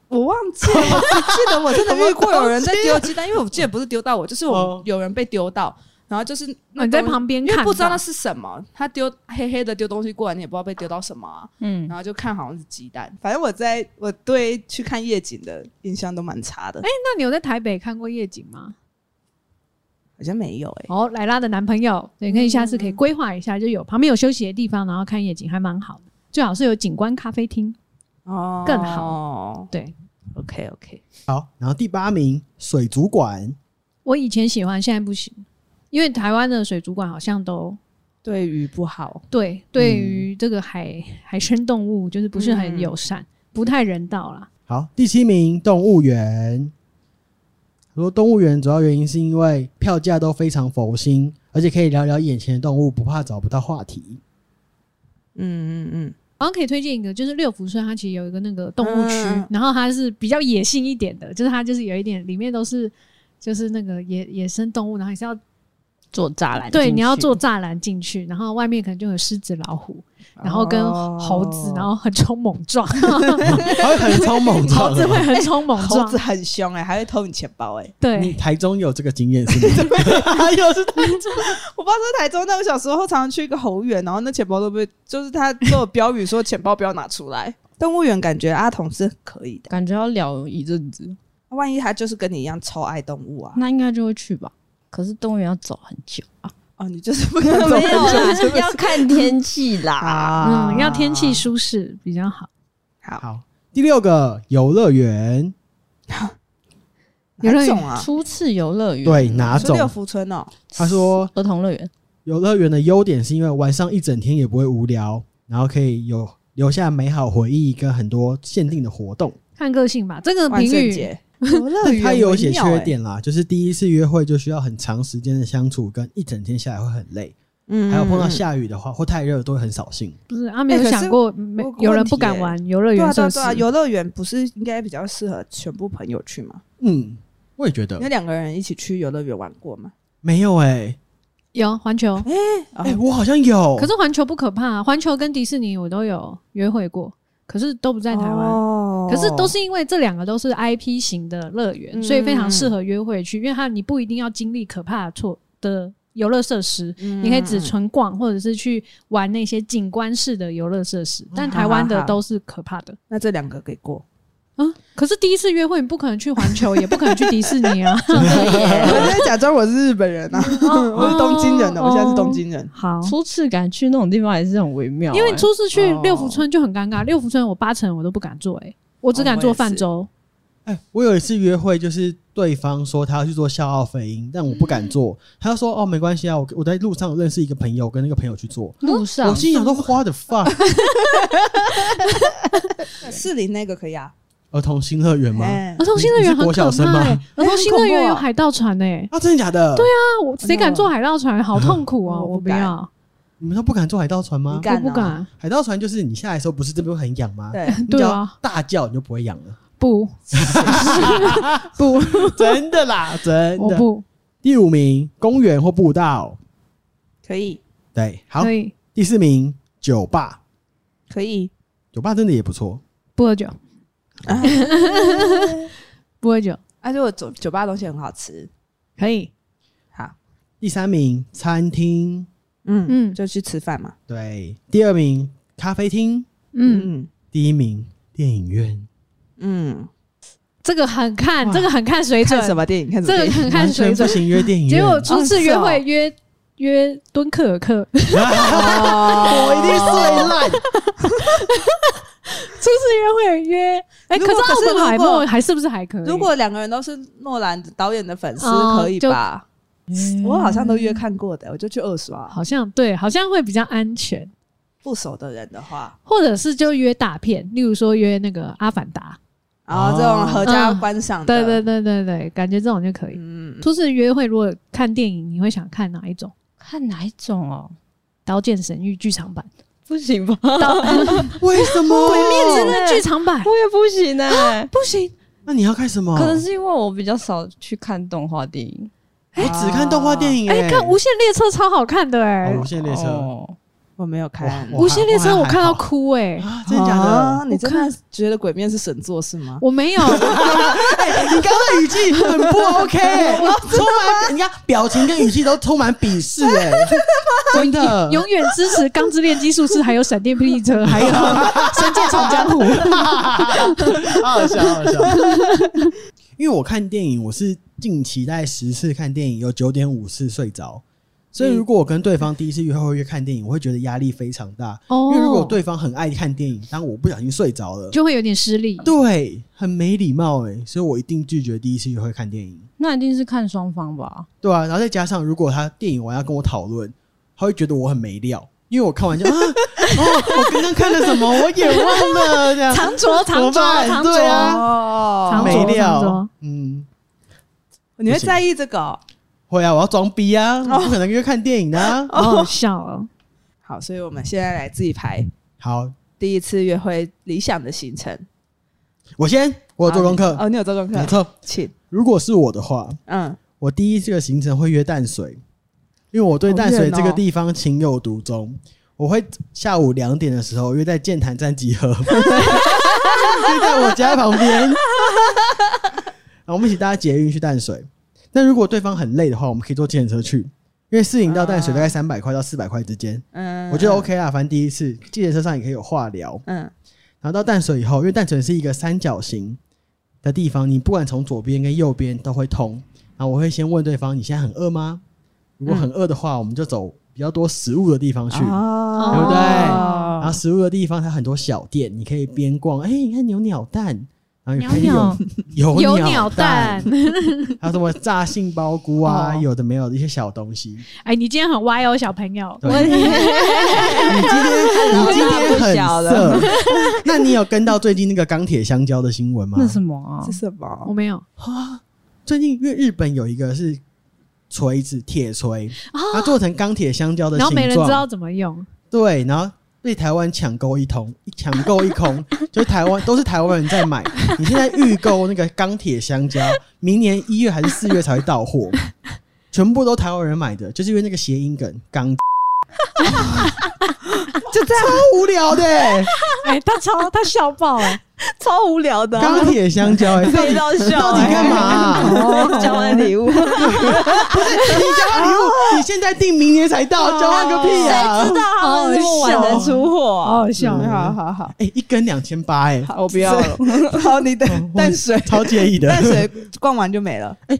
[SPEAKER 1] 我忘记了，我只记得我真的遇过有人在丢鸡蛋，因为我记得不是丢到我，就是
[SPEAKER 3] 哦
[SPEAKER 1] 我有人被丢到，然后就是那
[SPEAKER 2] 哦你在
[SPEAKER 1] 东西
[SPEAKER 2] 旁边
[SPEAKER 1] 因为
[SPEAKER 2] 看，
[SPEAKER 1] 不知道那是什么，他丢黑黑的丢东西过来，你也不知道被丢到什么啊。
[SPEAKER 4] 嗯，
[SPEAKER 1] 然后就看好像是鸡蛋，反正我在我对去看夜景的印象都蛮差的，
[SPEAKER 2] 哎，那你有在台北看过夜景吗？
[SPEAKER 1] 好像没有哎、
[SPEAKER 2] 哦，莱拉的男朋友，对，可以下次可以
[SPEAKER 4] 嗯
[SPEAKER 2] 规划一下，就有旁边有休息的地方，然后看夜景还蛮好的，最好是有景观咖啡厅。
[SPEAKER 1] 哦
[SPEAKER 2] 更
[SPEAKER 1] 好，
[SPEAKER 2] 对，
[SPEAKER 1] OK OK，
[SPEAKER 3] 好，然后第八名水族馆，
[SPEAKER 2] 我以前喜欢，现在不行，因为台湾的水族馆好像都
[SPEAKER 1] 对鱼不好，
[SPEAKER 2] 对对于这个海、
[SPEAKER 4] 嗯
[SPEAKER 2] 海生动物就是不是很友善，不太人道啦。
[SPEAKER 3] 好，第七名动物园。他说动物园主要原因是因为票价都非常佛心，而且可以聊聊眼前的动物，不怕找不到话题。
[SPEAKER 1] 嗯嗯嗯，
[SPEAKER 2] 好像可以推荐一个，就是六福村，它其实有一个那个动物区，
[SPEAKER 1] 嗯
[SPEAKER 2] 然后它是比较野性一点的，就是它就是有一点里面都是就是那个野野生动物，然后你是要
[SPEAKER 4] 做栅栏进去，
[SPEAKER 2] 对你要做栅栏进去，然后外面可能就有狮子、老虎，然后跟
[SPEAKER 1] 哦
[SPEAKER 2] 猴子，然后很冲猛 撞，
[SPEAKER 3] 还很超猛
[SPEAKER 2] 猴
[SPEAKER 3] 撞
[SPEAKER 2] 子会
[SPEAKER 3] 的。
[SPEAKER 2] 很冲猛
[SPEAKER 1] 猴
[SPEAKER 2] 撞
[SPEAKER 1] 子，很凶哎、还会偷你钱包哎、
[SPEAKER 3] 你
[SPEAKER 2] 对，
[SPEAKER 3] 台中有这个经验是吗？又是
[SPEAKER 1] 我爸说台中，那我小时候常常去一个猴园，然后那钱包都被，就是他都有标语说钱包不要拿出来。动物园感觉阿童是可以的，
[SPEAKER 4] 感觉要聊一阵子，
[SPEAKER 1] 万一他就是跟你一样超爱动物啊，
[SPEAKER 4] 那应该就会去吧。可是动物园要走很久啊，
[SPEAKER 1] 哦，你就是不能
[SPEAKER 4] 没有啦，
[SPEAKER 1] 真的
[SPEAKER 4] 要看天气啦。
[SPEAKER 1] 啊
[SPEAKER 2] 嗯，要天气舒适比较好。
[SPEAKER 1] 好，
[SPEAKER 3] 好。第六个游乐园，
[SPEAKER 2] 游乐
[SPEAKER 1] 哪
[SPEAKER 2] 园
[SPEAKER 1] 种啊？
[SPEAKER 4] 初次游乐园，
[SPEAKER 3] 对哪
[SPEAKER 1] 说
[SPEAKER 3] 种
[SPEAKER 1] 六？福村哦，
[SPEAKER 3] 他说
[SPEAKER 4] 儿童乐园，
[SPEAKER 3] 游乐园的优点是因为晚上一整天也不会无聊，然后可以有留下美好回忆跟很多限定的活动。
[SPEAKER 2] 看个性吧，这个
[SPEAKER 1] 万
[SPEAKER 2] 评
[SPEAKER 1] 圣
[SPEAKER 2] 语
[SPEAKER 1] 节游乐
[SPEAKER 3] 但
[SPEAKER 1] 园
[SPEAKER 3] 它也有一些
[SPEAKER 1] 微妙欸
[SPEAKER 3] 缺，点啦，就是第一次约会就需要很长时间的相处，跟一整天下来会很累，
[SPEAKER 1] 嗯
[SPEAKER 3] 还有碰到
[SPEAKER 1] 嗯
[SPEAKER 3] 下雨的话或太热都会很扫兴。
[SPEAKER 2] 不是啊，没有
[SPEAKER 1] 哎可是
[SPEAKER 2] 想过，没
[SPEAKER 1] 我有个
[SPEAKER 2] 有人
[SPEAKER 1] 问
[SPEAKER 2] 不
[SPEAKER 1] 题
[SPEAKER 2] 敢
[SPEAKER 1] 耶
[SPEAKER 2] 玩游乐
[SPEAKER 1] 对
[SPEAKER 2] 园
[SPEAKER 1] 啊对
[SPEAKER 2] 设
[SPEAKER 1] 啊
[SPEAKER 2] 施
[SPEAKER 1] 对，啊，游乐园不是应该比较适合全部朋友去吗？
[SPEAKER 3] 嗯，我也觉
[SPEAKER 1] 你有
[SPEAKER 3] 得
[SPEAKER 1] 两个人一起去游乐园玩过吗？
[SPEAKER 3] 没有哎、
[SPEAKER 2] 有环球，
[SPEAKER 1] 哦
[SPEAKER 3] 哎、我好像有，
[SPEAKER 2] 可是环球不可怕、啊，环球跟迪士尼我都有约会过，可是都不在台湾。
[SPEAKER 1] 哦
[SPEAKER 2] 可是都是因为这两个都是 IP 型的乐园，
[SPEAKER 1] 嗯
[SPEAKER 2] 所以非常适合约会去，因为它你不一定要经历可怕的错的游乐设施，
[SPEAKER 1] 嗯
[SPEAKER 2] 你可以只纯逛或者是去玩那些景观式的游乐设
[SPEAKER 1] 嗯
[SPEAKER 2] 施。但台湾的都是可怕的。
[SPEAKER 1] 那这两个给 过，
[SPEAKER 2] 嗯，可是第一次约会，你不可能去环球，也不可能去迪士尼 啊。
[SPEAKER 1] 我现在假装我是日本人啊，我是东京人的，
[SPEAKER 2] 哦
[SPEAKER 1] 我现在是东京人。
[SPEAKER 2] 好，
[SPEAKER 4] 哦初次敢去那种地方还是很微妙欸、
[SPEAKER 2] 因为初次去
[SPEAKER 1] 哦
[SPEAKER 2] 六福村就很尴尬，六福村我八成我都不敢做、欸，我只敢
[SPEAKER 1] 哦我
[SPEAKER 2] 做
[SPEAKER 1] 也是
[SPEAKER 2] 泛舟。
[SPEAKER 3] 哎、我有一次约会，就是对方说他要去做笑傲飞鹰，但我不敢
[SPEAKER 1] 嗯
[SPEAKER 3] 做，他就说哦没关系啊，我我在路上有认识一个朋友，跟那个朋友去做。
[SPEAKER 4] 路上
[SPEAKER 1] 啊
[SPEAKER 3] 我心想说花的 fuck，
[SPEAKER 1] 士林那个可以啊，
[SPEAKER 3] 儿童新乐园吗？
[SPEAKER 1] 哎
[SPEAKER 2] 儿童新乐园很
[SPEAKER 3] 你是
[SPEAKER 2] 可
[SPEAKER 3] 国小生
[SPEAKER 2] 怕、
[SPEAKER 3] 吗
[SPEAKER 2] 欸，儿童新
[SPEAKER 1] 哎很
[SPEAKER 2] 乐
[SPEAKER 1] 恐
[SPEAKER 2] 园
[SPEAKER 1] 怖
[SPEAKER 2] 有
[SPEAKER 1] 哦
[SPEAKER 2] 海盗船诶、
[SPEAKER 3] 啊，真的假的？对啊，
[SPEAKER 2] 啊，我谁敢坐海盗船？好痛苦哦、
[SPEAKER 1] 嗯
[SPEAKER 2] 我
[SPEAKER 1] 我
[SPEAKER 2] 不
[SPEAKER 1] 不敢
[SPEAKER 2] 要，
[SPEAKER 3] 你们都不敢坐海盗船吗
[SPEAKER 1] 你？敢
[SPEAKER 2] 我不
[SPEAKER 1] 哦
[SPEAKER 2] 敢，啊
[SPEAKER 3] 海盗船就是你下来的时候，不是这边会很痒吗？
[SPEAKER 1] 对，
[SPEAKER 3] 你只
[SPEAKER 2] 对
[SPEAKER 3] 要
[SPEAKER 2] 啊
[SPEAKER 3] 大叫你就不会痒
[SPEAKER 1] 哦
[SPEAKER 3] 了，
[SPEAKER 2] 不不，
[SPEAKER 3] 真的啦，真
[SPEAKER 2] 我
[SPEAKER 3] 的。
[SPEAKER 2] 不
[SPEAKER 3] 第五名，公园或步道。
[SPEAKER 1] 可以，
[SPEAKER 3] 对，好
[SPEAKER 2] 可。以
[SPEAKER 3] 第四名，酒吧，
[SPEAKER 1] 可以，
[SPEAKER 3] 酒吧真的也不错。
[SPEAKER 2] 不喝酒， 不喝酒
[SPEAKER 1] 而且我啊酒酒吧的东西很好吃。
[SPEAKER 2] 可以，
[SPEAKER 1] 好，
[SPEAKER 3] 第三名，餐厅。
[SPEAKER 1] 嗯
[SPEAKER 2] 嗯
[SPEAKER 1] 就去吃饭嘛。
[SPEAKER 3] 对，第二名，咖啡厅。
[SPEAKER 2] 嗯，
[SPEAKER 3] 第一名，电影院。
[SPEAKER 1] 嗯，
[SPEAKER 2] 这个很看，
[SPEAKER 3] 哇
[SPEAKER 2] 这个很看水准
[SPEAKER 1] 看，什么电影？看什
[SPEAKER 2] 这
[SPEAKER 1] 么
[SPEAKER 2] 个
[SPEAKER 1] 电影？
[SPEAKER 2] 很看
[SPEAKER 3] 完
[SPEAKER 2] 水
[SPEAKER 3] 全不
[SPEAKER 2] 准。
[SPEAKER 3] 行，约电影院。
[SPEAKER 2] 结果初次约
[SPEAKER 1] 哦
[SPEAKER 2] 会
[SPEAKER 1] 是
[SPEAKER 2] 约约敦刻尔克，
[SPEAKER 1] 哦
[SPEAKER 3] 我 一定睡 烂。
[SPEAKER 2] 初次约会约，哎、
[SPEAKER 1] 如
[SPEAKER 2] 可
[SPEAKER 1] 果
[SPEAKER 2] 是
[SPEAKER 1] 可是
[SPEAKER 2] 奥本海
[SPEAKER 1] 如果
[SPEAKER 2] 默还是不是还可以？
[SPEAKER 1] 如果两个人都是诺兰导演的粉丝，
[SPEAKER 2] 哦
[SPEAKER 1] 可以
[SPEAKER 2] 就
[SPEAKER 1] 吧？
[SPEAKER 4] 嗯
[SPEAKER 1] 我好像都约看过的，我就去二刷。
[SPEAKER 2] 好像对，好像会比较安全，
[SPEAKER 1] 不熟的人的话，
[SPEAKER 2] 或者是就约大片，例如说约那个《阿凡达
[SPEAKER 1] 然后这种合家
[SPEAKER 2] 嗯
[SPEAKER 1] 观赏》。
[SPEAKER 2] 对
[SPEAKER 1] 的，
[SPEAKER 2] 对对对对，感觉这种就可以。
[SPEAKER 1] 嗯，
[SPEAKER 2] 初次约会如果看电影，你会想看哪一种？《
[SPEAKER 4] 看哪一种哦，
[SPEAKER 2] 刀剑神域》剧场版，
[SPEAKER 4] 不行 吧？
[SPEAKER 1] 哦
[SPEAKER 3] 为什么？
[SPEAKER 2] 真的剧场版
[SPEAKER 4] 我也不 行哎、
[SPEAKER 1] 哦
[SPEAKER 2] 不行，
[SPEAKER 3] 那你要看什么？
[SPEAKER 4] 可能是因为我比较少去看动画电影，
[SPEAKER 3] 我只看动画电影。
[SPEAKER 2] 哎，看《无限列车》超好看的哎，
[SPEAKER 3] 哦
[SPEAKER 2] 《
[SPEAKER 3] 无限列车。
[SPEAKER 4] 哦
[SPEAKER 1] 我没有看。
[SPEAKER 3] 哇
[SPEAKER 2] 无限列车》我看到
[SPEAKER 3] 我还
[SPEAKER 2] 哭哎，
[SPEAKER 3] 啊，真的假
[SPEAKER 1] 啊
[SPEAKER 3] 的？
[SPEAKER 1] 你真的觉得《鬼面》是神作是吗？
[SPEAKER 2] 我没 有，
[SPEAKER 3] 你刚刚的语气很不 OK，充
[SPEAKER 2] 哦
[SPEAKER 3] 满你看表情跟语气都充满鄙 视哎，真的。
[SPEAKER 2] 永远支持《钢之炼金术师》，还有《闪电霹雳 车》，还有《仙剑闯江湖》。
[SPEAKER 3] 好好笑，好 好笑。因为我看电影，我是近期在十次看电影，有九点五次睡着，所以如果我跟对方第一次约会会看电影，我会觉得压力非常大，
[SPEAKER 2] 哦
[SPEAKER 3] 因为如果对方很爱看电影，当我不小心睡着了，
[SPEAKER 2] 就会有点失礼。
[SPEAKER 3] 对，很没礼貌哎、所以我一定拒绝第一次约会看电影。
[SPEAKER 4] 那一定是看双方吧？
[SPEAKER 3] 对啊，然后再加上如果他电影完要跟我讨论，他会觉得我很没料，因为我看完就啊，哦，我刚刚看了什么，我也忘了，这 样
[SPEAKER 2] 藏拙
[SPEAKER 3] 啊怎
[SPEAKER 2] 藏
[SPEAKER 3] 么
[SPEAKER 2] 拙
[SPEAKER 3] 办
[SPEAKER 2] 藏
[SPEAKER 3] 对
[SPEAKER 2] 拙，
[SPEAKER 3] 啊，
[SPEAKER 1] 哦
[SPEAKER 2] 藏
[SPEAKER 3] 没
[SPEAKER 2] 拙藏
[SPEAKER 3] 料
[SPEAKER 2] 拙，
[SPEAKER 3] 嗯，
[SPEAKER 1] 你会在意这个哦、
[SPEAKER 3] 会啊，我要装逼啊，我不可能约看电影的啊。
[SPEAKER 2] 好好笑哦。
[SPEAKER 1] 好，所以我们现在来自己排
[SPEAKER 3] 好，
[SPEAKER 1] 第一次约会理想的行程。
[SPEAKER 3] 我先，我有做功
[SPEAKER 1] 好你
[SPEAKER 3] 课，
[SPEAKER 1] 哦，你有做功
[SPEAKER 3] 没
[SPEAKER 1] 课，
[SPEAKER 3] 错。
[SPEAKER 1] 请
[SPEAKER 3] 如果是我的话，
[SPEAKER 1] 嗯，
[SPEAKER 3] 我第一这个行程会约淡水，因为我对
[SPEAKER 1] 好
[SPEAKER 3] 淡水
[SPEAKER 1] 远哦
[SPEAKER 3] 这个地方情有独钟。我会下午两点的时候约在剑潭站集 合，就在我家旁边。然后我们一起搭捷运去淡水。那如果对方很累的话，我们可以坐计程车去，因为四营到淡水大概三百块到四百块之间，
[SPEAKER 1] 啊嗯，
[SPEAKER 3] 我觉得 OK 啊啦。反正第一次，计程车上也可以有话聊。
[SPEAKER 1] 嗯，
[SPEAKER 3] 然后到淡水以后，因为淡水是一个三角形的地方，你不管从左边跟右边都会通。然后我会先问对方：“你现在很饿吗？”如果很饿的话，我们就走比较多食物的地方去。
[SPEAKER 1] 哦
[SPEAKER 2] 对不对
[SPEAKER 3] 然后食物的地方它很多小店，你可以边逛，哎、你看有鸟蛋，然后也可以
[SPEAKER 2] 鸟
[SPEAKER 3] 有
[SPEAKER 2] 有
[SPEAKER 3] 鸟
[SPEAKER 2] 鸟蛋，，
[SPEAKER 3] 还有什么炸杏鲍菇啊，
[SPEAKER 1] 哦
[SPEAKER 3] 有的没有的一些小东西。
[SPEAKER 2] 哎，你今天很歪哦，小朋友。
[SPEAKER 3] 对，你今 天你今天很
[SPEAKER 4] 小
[SPEAKER 3] 色， 那你有跟到最近那个钢铁香蕉的新闻吗？
[SPEAKER 4] 那什么啊
[SPEAKER 1] 是？什
[SPEAKER 2] 我
[SPEAKER 1] 么？
[SPEAKER 2] 没有
[SPEAKER 3] 啊最近因为日本有一个是锤子铁锤，它做成钢铁香蕉的
[SPEAKER 2] 哦然后没
[SPEAKER 3] 形
[SPEAKER 2] 人知
[SPEAKER 3] 状，
[SPEAKER 2] 道怎么用，
[SPEAKER 3] 对，然后被台湾抢购一通， 抢购一空，就是台湾都是台湾人 在买。你现在预购那个钢铁香蕉，明年一月还是四月才会到货，全部都台湾人买的，就是因为那个谐音梗 钢，
[SPEAKER 1] 就这样，
[SPEAKER 3] 超无聊的、 欸，
[SPEAKER 2] 哎，他超他笑爆 哎，
[SPEAKER 4] 超无聊的
[SPEAKER 3] 钢铁香蕉、
[SPEAKER 2] 啊
[SPEAKER 3] 欸，
[SPEAKER 4] 背到笑，
[SPEAKER 3] 到底干嘛啊、
[SPEAKER 4] 交换礼物，
[SPEAKER 3] 你交换礼物，你现在订明年才到，交换个屁啊！
[SPEAKER 4] 他们这么晚才出货
[SPEAKER 2] 好
[SPEAKER 4] 啊，
[SPEAKER 2] 好笑哦
[SPEAKER 3] 嗯。
[SPEAKER 1] 好好好，
[SPEAKER 3] 哎、一根两千八，哎，
[SPEAKER 1] 好，我不要了。好，你的
[SPEAKER 3] 嗯
[SPEAKER 1] 淡水，
[SPEAKER 3] 超介意 的。
[SPEAKER 1] 淡水逛完就没了。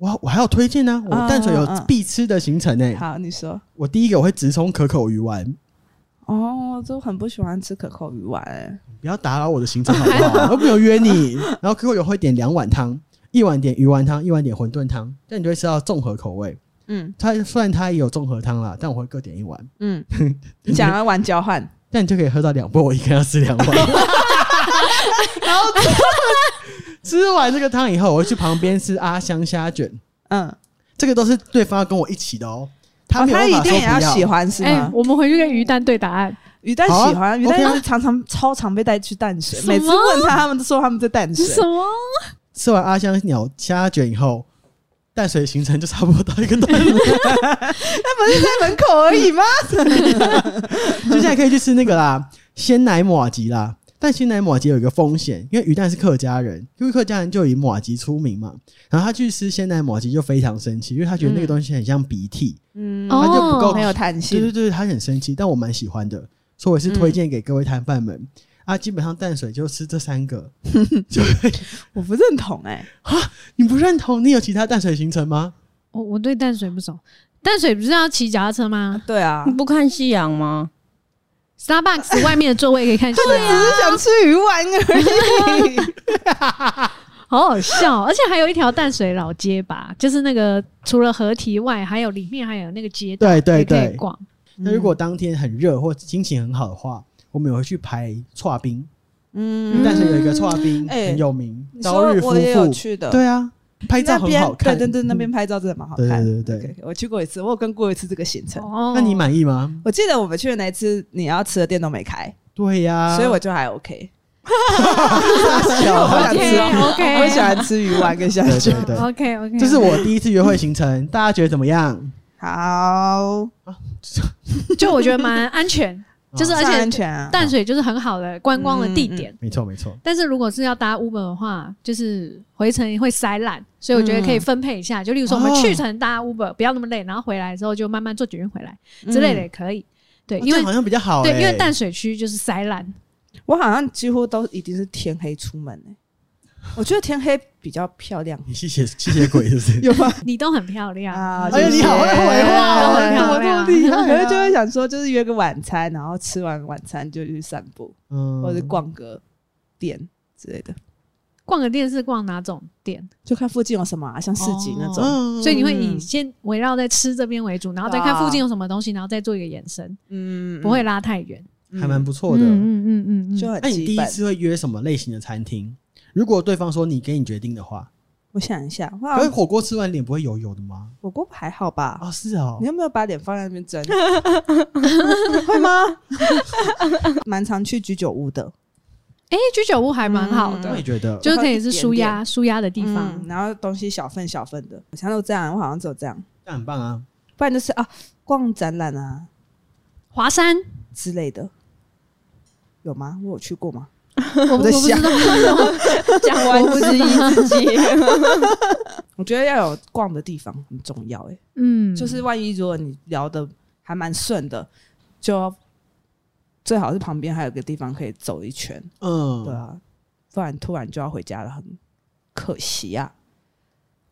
[SPEAKER 3] 我我还有推荐啊呢、我
[SPEAKER 1] 嗯
[SPEAKER 3] 淡水有
[SPEAKER 1] 嗯嗯
[SPEAKER 3] 必吃的行程呢、
[SPEAKER 1] 好，你说。
[SPEAKER 3] 我第一个我会直冲可口鱼丸，
[SPEAKER 1] 哦，我都很不喜欢吃可口鱼丸、欸，
[SPEAKER 3] 不要打扰我的 行程好不好？我没有约你。然后可口鱼会点两碗汤，一碗点鱼丸汤，一碗点馄饨汤，但你就会吃到综合口味。
[SPEAKER 1] 嗯
[SPEAKER 3] 它虽然它也有综合汤啦，但我会各点一碗，
[SPEAKER 1] 嗯，你想要玩交换，
[SPEAKER 3] 但你就可以喝到两波，我一个人要吃 两碗。然后 吃完这个汤以后，我会去旁边吃阿香虾卷，
[SPEAKER 1] 嗯，
[SPEAKER 3] 这个都是对方要跟我一起的哦。他
[SPEAKER 1] 哦
[SPEAKER 3] 没有
[SPEAKER 1] 他
[SPEAKER 3] 办
[SPEAKER 1] 一
[SPEAKER 3] 法说
[SPEAKER 1] 定
[SPEAKER 3] 不
[SPEAKER 1] 也要喜欢是
[SPEAKER 2] 哎
[SPEAKER 1] 吗，？
[SPEAKER 2] 我们回去跟鱼蛋对答案。
[SPEAKER 1] 鱼蛋
[SPEAKER 3] 好啊
[SPEAKER 1] 喜欢，鱼
[SPEAKER 3] OK 啊
[SPEAKER 1] 蛋是常常超常被带去淡水，
[SPEAKER 2] 什么
[SPEAKER 1] 每次问他，他们都说他们在淡水。
[SPEAKER 2] 什么？
[SPEAKER 3] 吃完阿香鸟虾卷以后，淡水行程就差不多到一个段 落，
[SPEAKER 1] 他不是在门口而已吗？
[SPEAKER 3] 就现在可以去吃那个啦，鲜奶马吉啦。但鲜奶马吉有一个风险，因为鱼蛋是客家人，因为客家人就以马吉出名嘛。然后他去吃鲜奶马吉就非常生气，因为他觉得那个东西很像鼻涕。
[SPEAKER 1] 嗯，
[SPEAKER 2] 哦
[SPEAKER 3] 他就不够
[SPEAKER 1] 没有弹
[SPEAKER 3] 对对
[SPEAKER 1] 性。
[SPEAKER 3] 对，他很生气，但我蛮喜欢的，所以我也是推荐给各位摊贩们。
[SPEAKER 1] 嗯
[SPEAKER 3] 啊，基本上淡水就吃这三个，就会
[SPEAKER 1] 我不认同哎、
[SPEAKER 3] 你不认同？你有其他淡水行程吗？
[SPEAKER 2] 我我对淡水不熟，淡水不是要骑脚踏车吗
[SPEAKER 1] 对啊
[SPEAKER 4] 你，不看夕阳吗？
[SPEAKER 2] ？Starbucks 外面的座位可以看夕
[SPEAKER 1] 只
[SPEAKER 2] 阳，
[SPEAKER 1] 是想吃鱼丸而已。
[SPEAKER 2] 好好笑。哦而且还有一条淡水老街吧，就是那个除了河堤外，还有里面还有那个街道，
[SPEAKER 3] 对对
[SPEAKER 2] 也可
[SPEAKER 3] 对
[SPEAKER 2] 以逛。
[SPEAKER 3] 那
[SPEAKER 1] 嗯
[SPEAKER 3] 如果当天很热或心情很好的话，我们也会去排串冰。
[SPEAKER 1] 嗯
[SPEAKER 3] 但是有一个串冰
[SPEAKER 1] 哎
[SPEAKER 3] 很有名，
[SPEAKER 1] 你
[SPEAKER 3] 朝
[SPEAKER 1] 说
[SPEAKER 3] 日夫
[SPEAKER 1] 我也有
[SPEAKER 3] 妇。
[SPEAKER 1] 去的，
[SPEAKER 3] 对啊，拍照
[SPEAKER 1] 那
[SPEAKER 3] 很
[SPEAKER 1] 边
[SPEAKER 3] 好看。
[SPEAKER 1] 对对对，那边拍照真的蛮好
[SPEAKER 3] 对
[SPEAKER 1] 看。
[SPEAKER 3] 对对对
[SPEAKER 1] OK，我去过一次，我有跟过一次这个行程。
[SPEAKER 2] 哦
[SPEAKER 3] 那你满意吗？
[SPEAKER 1] 我记得我们去的那一次，你要吃的店都没开，
[SPEAKER 3] 对呀，
[SPEAKER 1] 所以我就还 OK。
[SPEAKER 3] 小
[SPEAKER 1] 我
[SPEAKER 3] 孩
[SPEAKER 1] 想吃哦
[SPEAKER 2] OK，OK
[SPEAKER 1] 我喜欢吃鱼丸跟虾
[SPEAKER 3] 对
[SPEAKER 1] 卷。
[SPEAKER 3] 对对，
[SPEAKER 2] OK OK，
[SPEAKER 3] 这是我第一次约会 行程，大家觉得怎么样？
[SPEAKER 1] 好，
[SPEAKER 2] 就我觉得蛮安全，
[SPEAKER 3] 哦
[SPEAKER 2] 就是而
[SPEAKER 1] 算安
[SPEAKER 2] 且
[SPEAKER 1] 全啊。
[SPEAKER 2] 淡水就是很好的观光的地点。
[SPEAKER 3] 没错没错，
[SPEAKER 2] 但是如果是要搭 Uber 的话，就是回程会塞烂，所以我觉得可以分配一下。就例如说，我们
[SPEAKER 3] 哦
[SPEAKER 2] 去程搭 Uber 不要那么累，然后回来之后就慢慢坐捷运回来之类
[SPEAKER 1] 嗯
[SPEAKER 2] 的也可以。对，
[SPEAKER 3] 哦
[SPEAKER 2] 因
[SPEAKER 3] 这
[SPEAKER 2] 为
[SPEAKER 3] 样好像比较好
[SPEAKER 2] 对，
[SPEAKER 3] 欸
[SPEAKER 2] 因为淡水区就是塞烂，
[SPEAKER 1] 我好像几乎都一定是天黑出门、欸、我觉得天黑比较漂亮，
[SPEAKER 3] 你吸血吸血鬼是不是？
[SPEAKER 1] 有吗？
[SPEAKER 2] 你都很漂亮
[SPEAKER 1] 啊哎
[SPEAKER 3] 哎呀，
[SPEAKER 1] 谢谢
[SPEAKER 3] 你好会回话哦，
[SPEAKER 2] 对
[SPEAKER 3] 你怎么这么厉害
[SPEAKER 1] 可是就
[SPEAKER 3] 啊？
[SPEAKER 1] 会想说，就是约个晚餐，然后吃完晚餐就去散步，
[SPEAKER 3] 嗯
[SPEAKER 1] 或者是逛个店之类的，
[SPEAKER 2] 逛个店是逛哪种店？
[SPEAKER 1] 就看附近有什么啊，像市集那种。
[SPEAKER 3] 嗯
[SPEAKER 2] 所以你会以
[SPEAKER 3] 嗯
[SPEAKER 2] 先围绕在吃这边为主，然后再看附近有什么东西，然后再做一个延伸，
[SPEAKER 1] 嗯，
[SPEAKER 2] 不会拉太远。
[SPEAKER 1] 嗯，
[SPEAKER 3] 还蛮不错的。
[SPEAKER 2] 嗯嗯
[SPEAKER 1] 就很
[SPEAKER 3] 那你第
[SPEAKER 1] 基
[SPEAKER 3] 一
[SPEAKER 1] 本。
[SPEAKER 3] 次会约什么类型的餐厅？如果对方说你给你决定的话，
[SPEAKER 1] 我想一下，哇
[SPEAKER 3] 可，是火锅吃完脸不会油油的吗？
[SPEAKER 1] 火锅还好吧？
[SPEAKER 3] 哦，是哦
[SPEAKER 1] 你，有没有把脸放在那边 蒸？会吗？ 蛮常去居酒屋的，
[SPEAKER 2] 哎，居酒屋还蛮
[SPEAKER 1] 嗯
[SPEAKER 2] 好
[SPEAKER 3] 我
[SPEAKER 2] 的
[SPEAKER 3] 也，觉得。
[SPEAKER 2] 就是可 以是舒压舒压的地
[SPEAKER 1] 嗯
[SPEAKER 2] 方。
[SPEAKER 1] 然后东西小份小份的，我想都这样，我好像只有这样，
[SPEAKER 3] 那很棒啊！
[SPEAKER 1] 不然就是啊，逛展览啊
[SPEAKER 2] 华山，
[SPEAKER 1] 之类的，有吗？我有去过吗？
[SPEAKER 2] 我
[SPEAKER 1] 在
[SPEAKER 2] 不知
[SPEAKER 1] 想
[SPEAKER 2] 道，
[SPEAKER 4] 讲完质疑自 己，
[SPEAKER 1] 我觉得要有逛的地方很重要、欸，
[SPEAKER 2] 嗯，
[SPEAKER 1] 就是万一如果你聊的还蛮顺的，就要最好是旁边还有个地方可以走一圈，
[SPEAKER 3] 嗯，
[SPEAKER 1] 对啊，不然突然就要回家了，很可惜啊，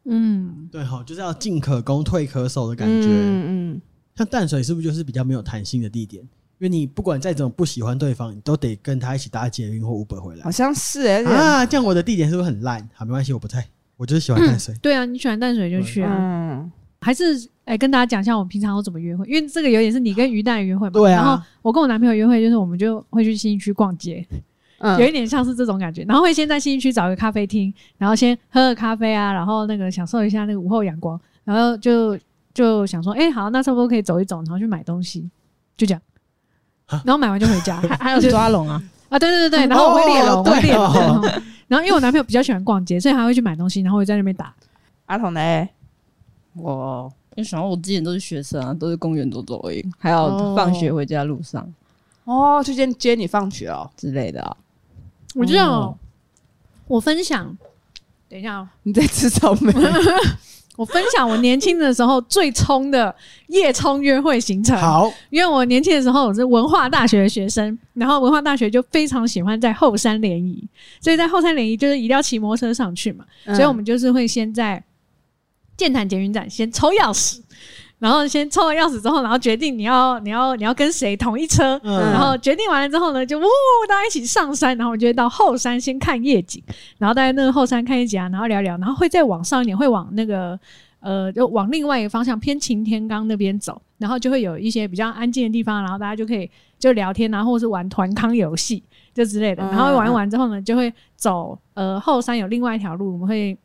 [SPEAKER 2] 嗯，
[SPEAKER 3] 对哈，就是要进可攻退可守的感觉。
[SPEAKER 1] 嗯嗯，
[SPEAKER 3] 像淡水是不是就是比较没有弹性的地点？因为你不管再怎么不喜欢对方，你都得跟他一起搭捷运或 Uber 回来
[SPEAKER 1] 好像是哎、欸，
[SPEAKER 3] 啊。这样我的地点是不是很烂？好，没关系，我不在，我就是喜欢淡水。
[SPEAKER 2] 对啊，你喜欢淡水就去啊。
[SPEAKER 1] 嗯，
[SPEAKER 2] 还是哎，跟大家讲一下我们平常都怎么约会，因为这个有点是你跟于蛋约会嘛。
[SPEAKER 3] 对
[SPEAKER 2] 然后
[SPEAKER 3] 啊，
[SPEAKER 2] 我跟我男朋友约会，就是我们就会去新一区逛街，
[SPEAKER 1] 嗯
[SPEAKER 2] 有一点像是这种感觉。然后会先在新一区找个咖啡厅，然后先喝个咖啡啊，然后那个享受一下那个午后阳光，然后就就想说，哎、好，那差不多可以走一走，然后去买东西，就这样。然后买完就回家
[SPEAKER 4] 还还有抓龙啊，
[SPEAKER 2] 啊，对对对对，然后我会猎
[SPEAKER 3] 哦
[SPEAKER 2] 龙，我会猎
[SPEAKER 3] 对
[SPEAKER 2] 龙
[SPEAKER 3] 哦。
[SPEAKER 2] 然后因为我男朋友比较喜欢逛街，所以他会去买东西，然后我就在那边
[SPEAKER 3] 哦
[SPEAKER 2] 打。
[SPEAKER 1] 阿童嘞，我
[SPEAKER 4] 就想到我之前都是学生啊，都是公园走走而已，还有
[SPEAKER 1] 哦
[SPEAKER 4] 放学回家路上
[SPEAKER 1] 哦，去接接你放学哦，
[SPEAKER 4] 之类的啊。
[SPEAKER 2] 我知道，我分享，等一下、哦，
[SPEAKER 1] 你在吃草莓？
[SPEAKER 2] 我分享我年轻的时候最冲的夜冲约会行程。
[SPEAKER 3] 好，
[SPEAKER 2] 因为我年轻的时候我是文化大学的学生，然后文化大学就非常喜欢在后山联谊，所以在后山联谊就是一定要骑摩托车上去嘛，所以我们就是会先在剑潭捷运站先抽钥匙，然后先抽了钥匙之后，然后决定你要你要你要跟谁同一车。
[SPEAKER 1] 嗯
[SPEAKER 2] 然后决定完了之后呢，就呜，大家一起上山，然后我们就会到后山先看夜景，然后大家那个后山看夜景啊，然后聊聊，然后会再往上一点，会往那个呃，就往另外一个方向偏晴天岗那边走，然后就会有一些比较安静的地方，然后大家就可以就聊天啊，或者是玩团康游戏就之类的。
[SPEAKER 3] 啊
[SPEAKER 1] 嗯
[SPEAKER 2] 然后玩一玩之后呢，就会走呃后山有另外一条路，我们会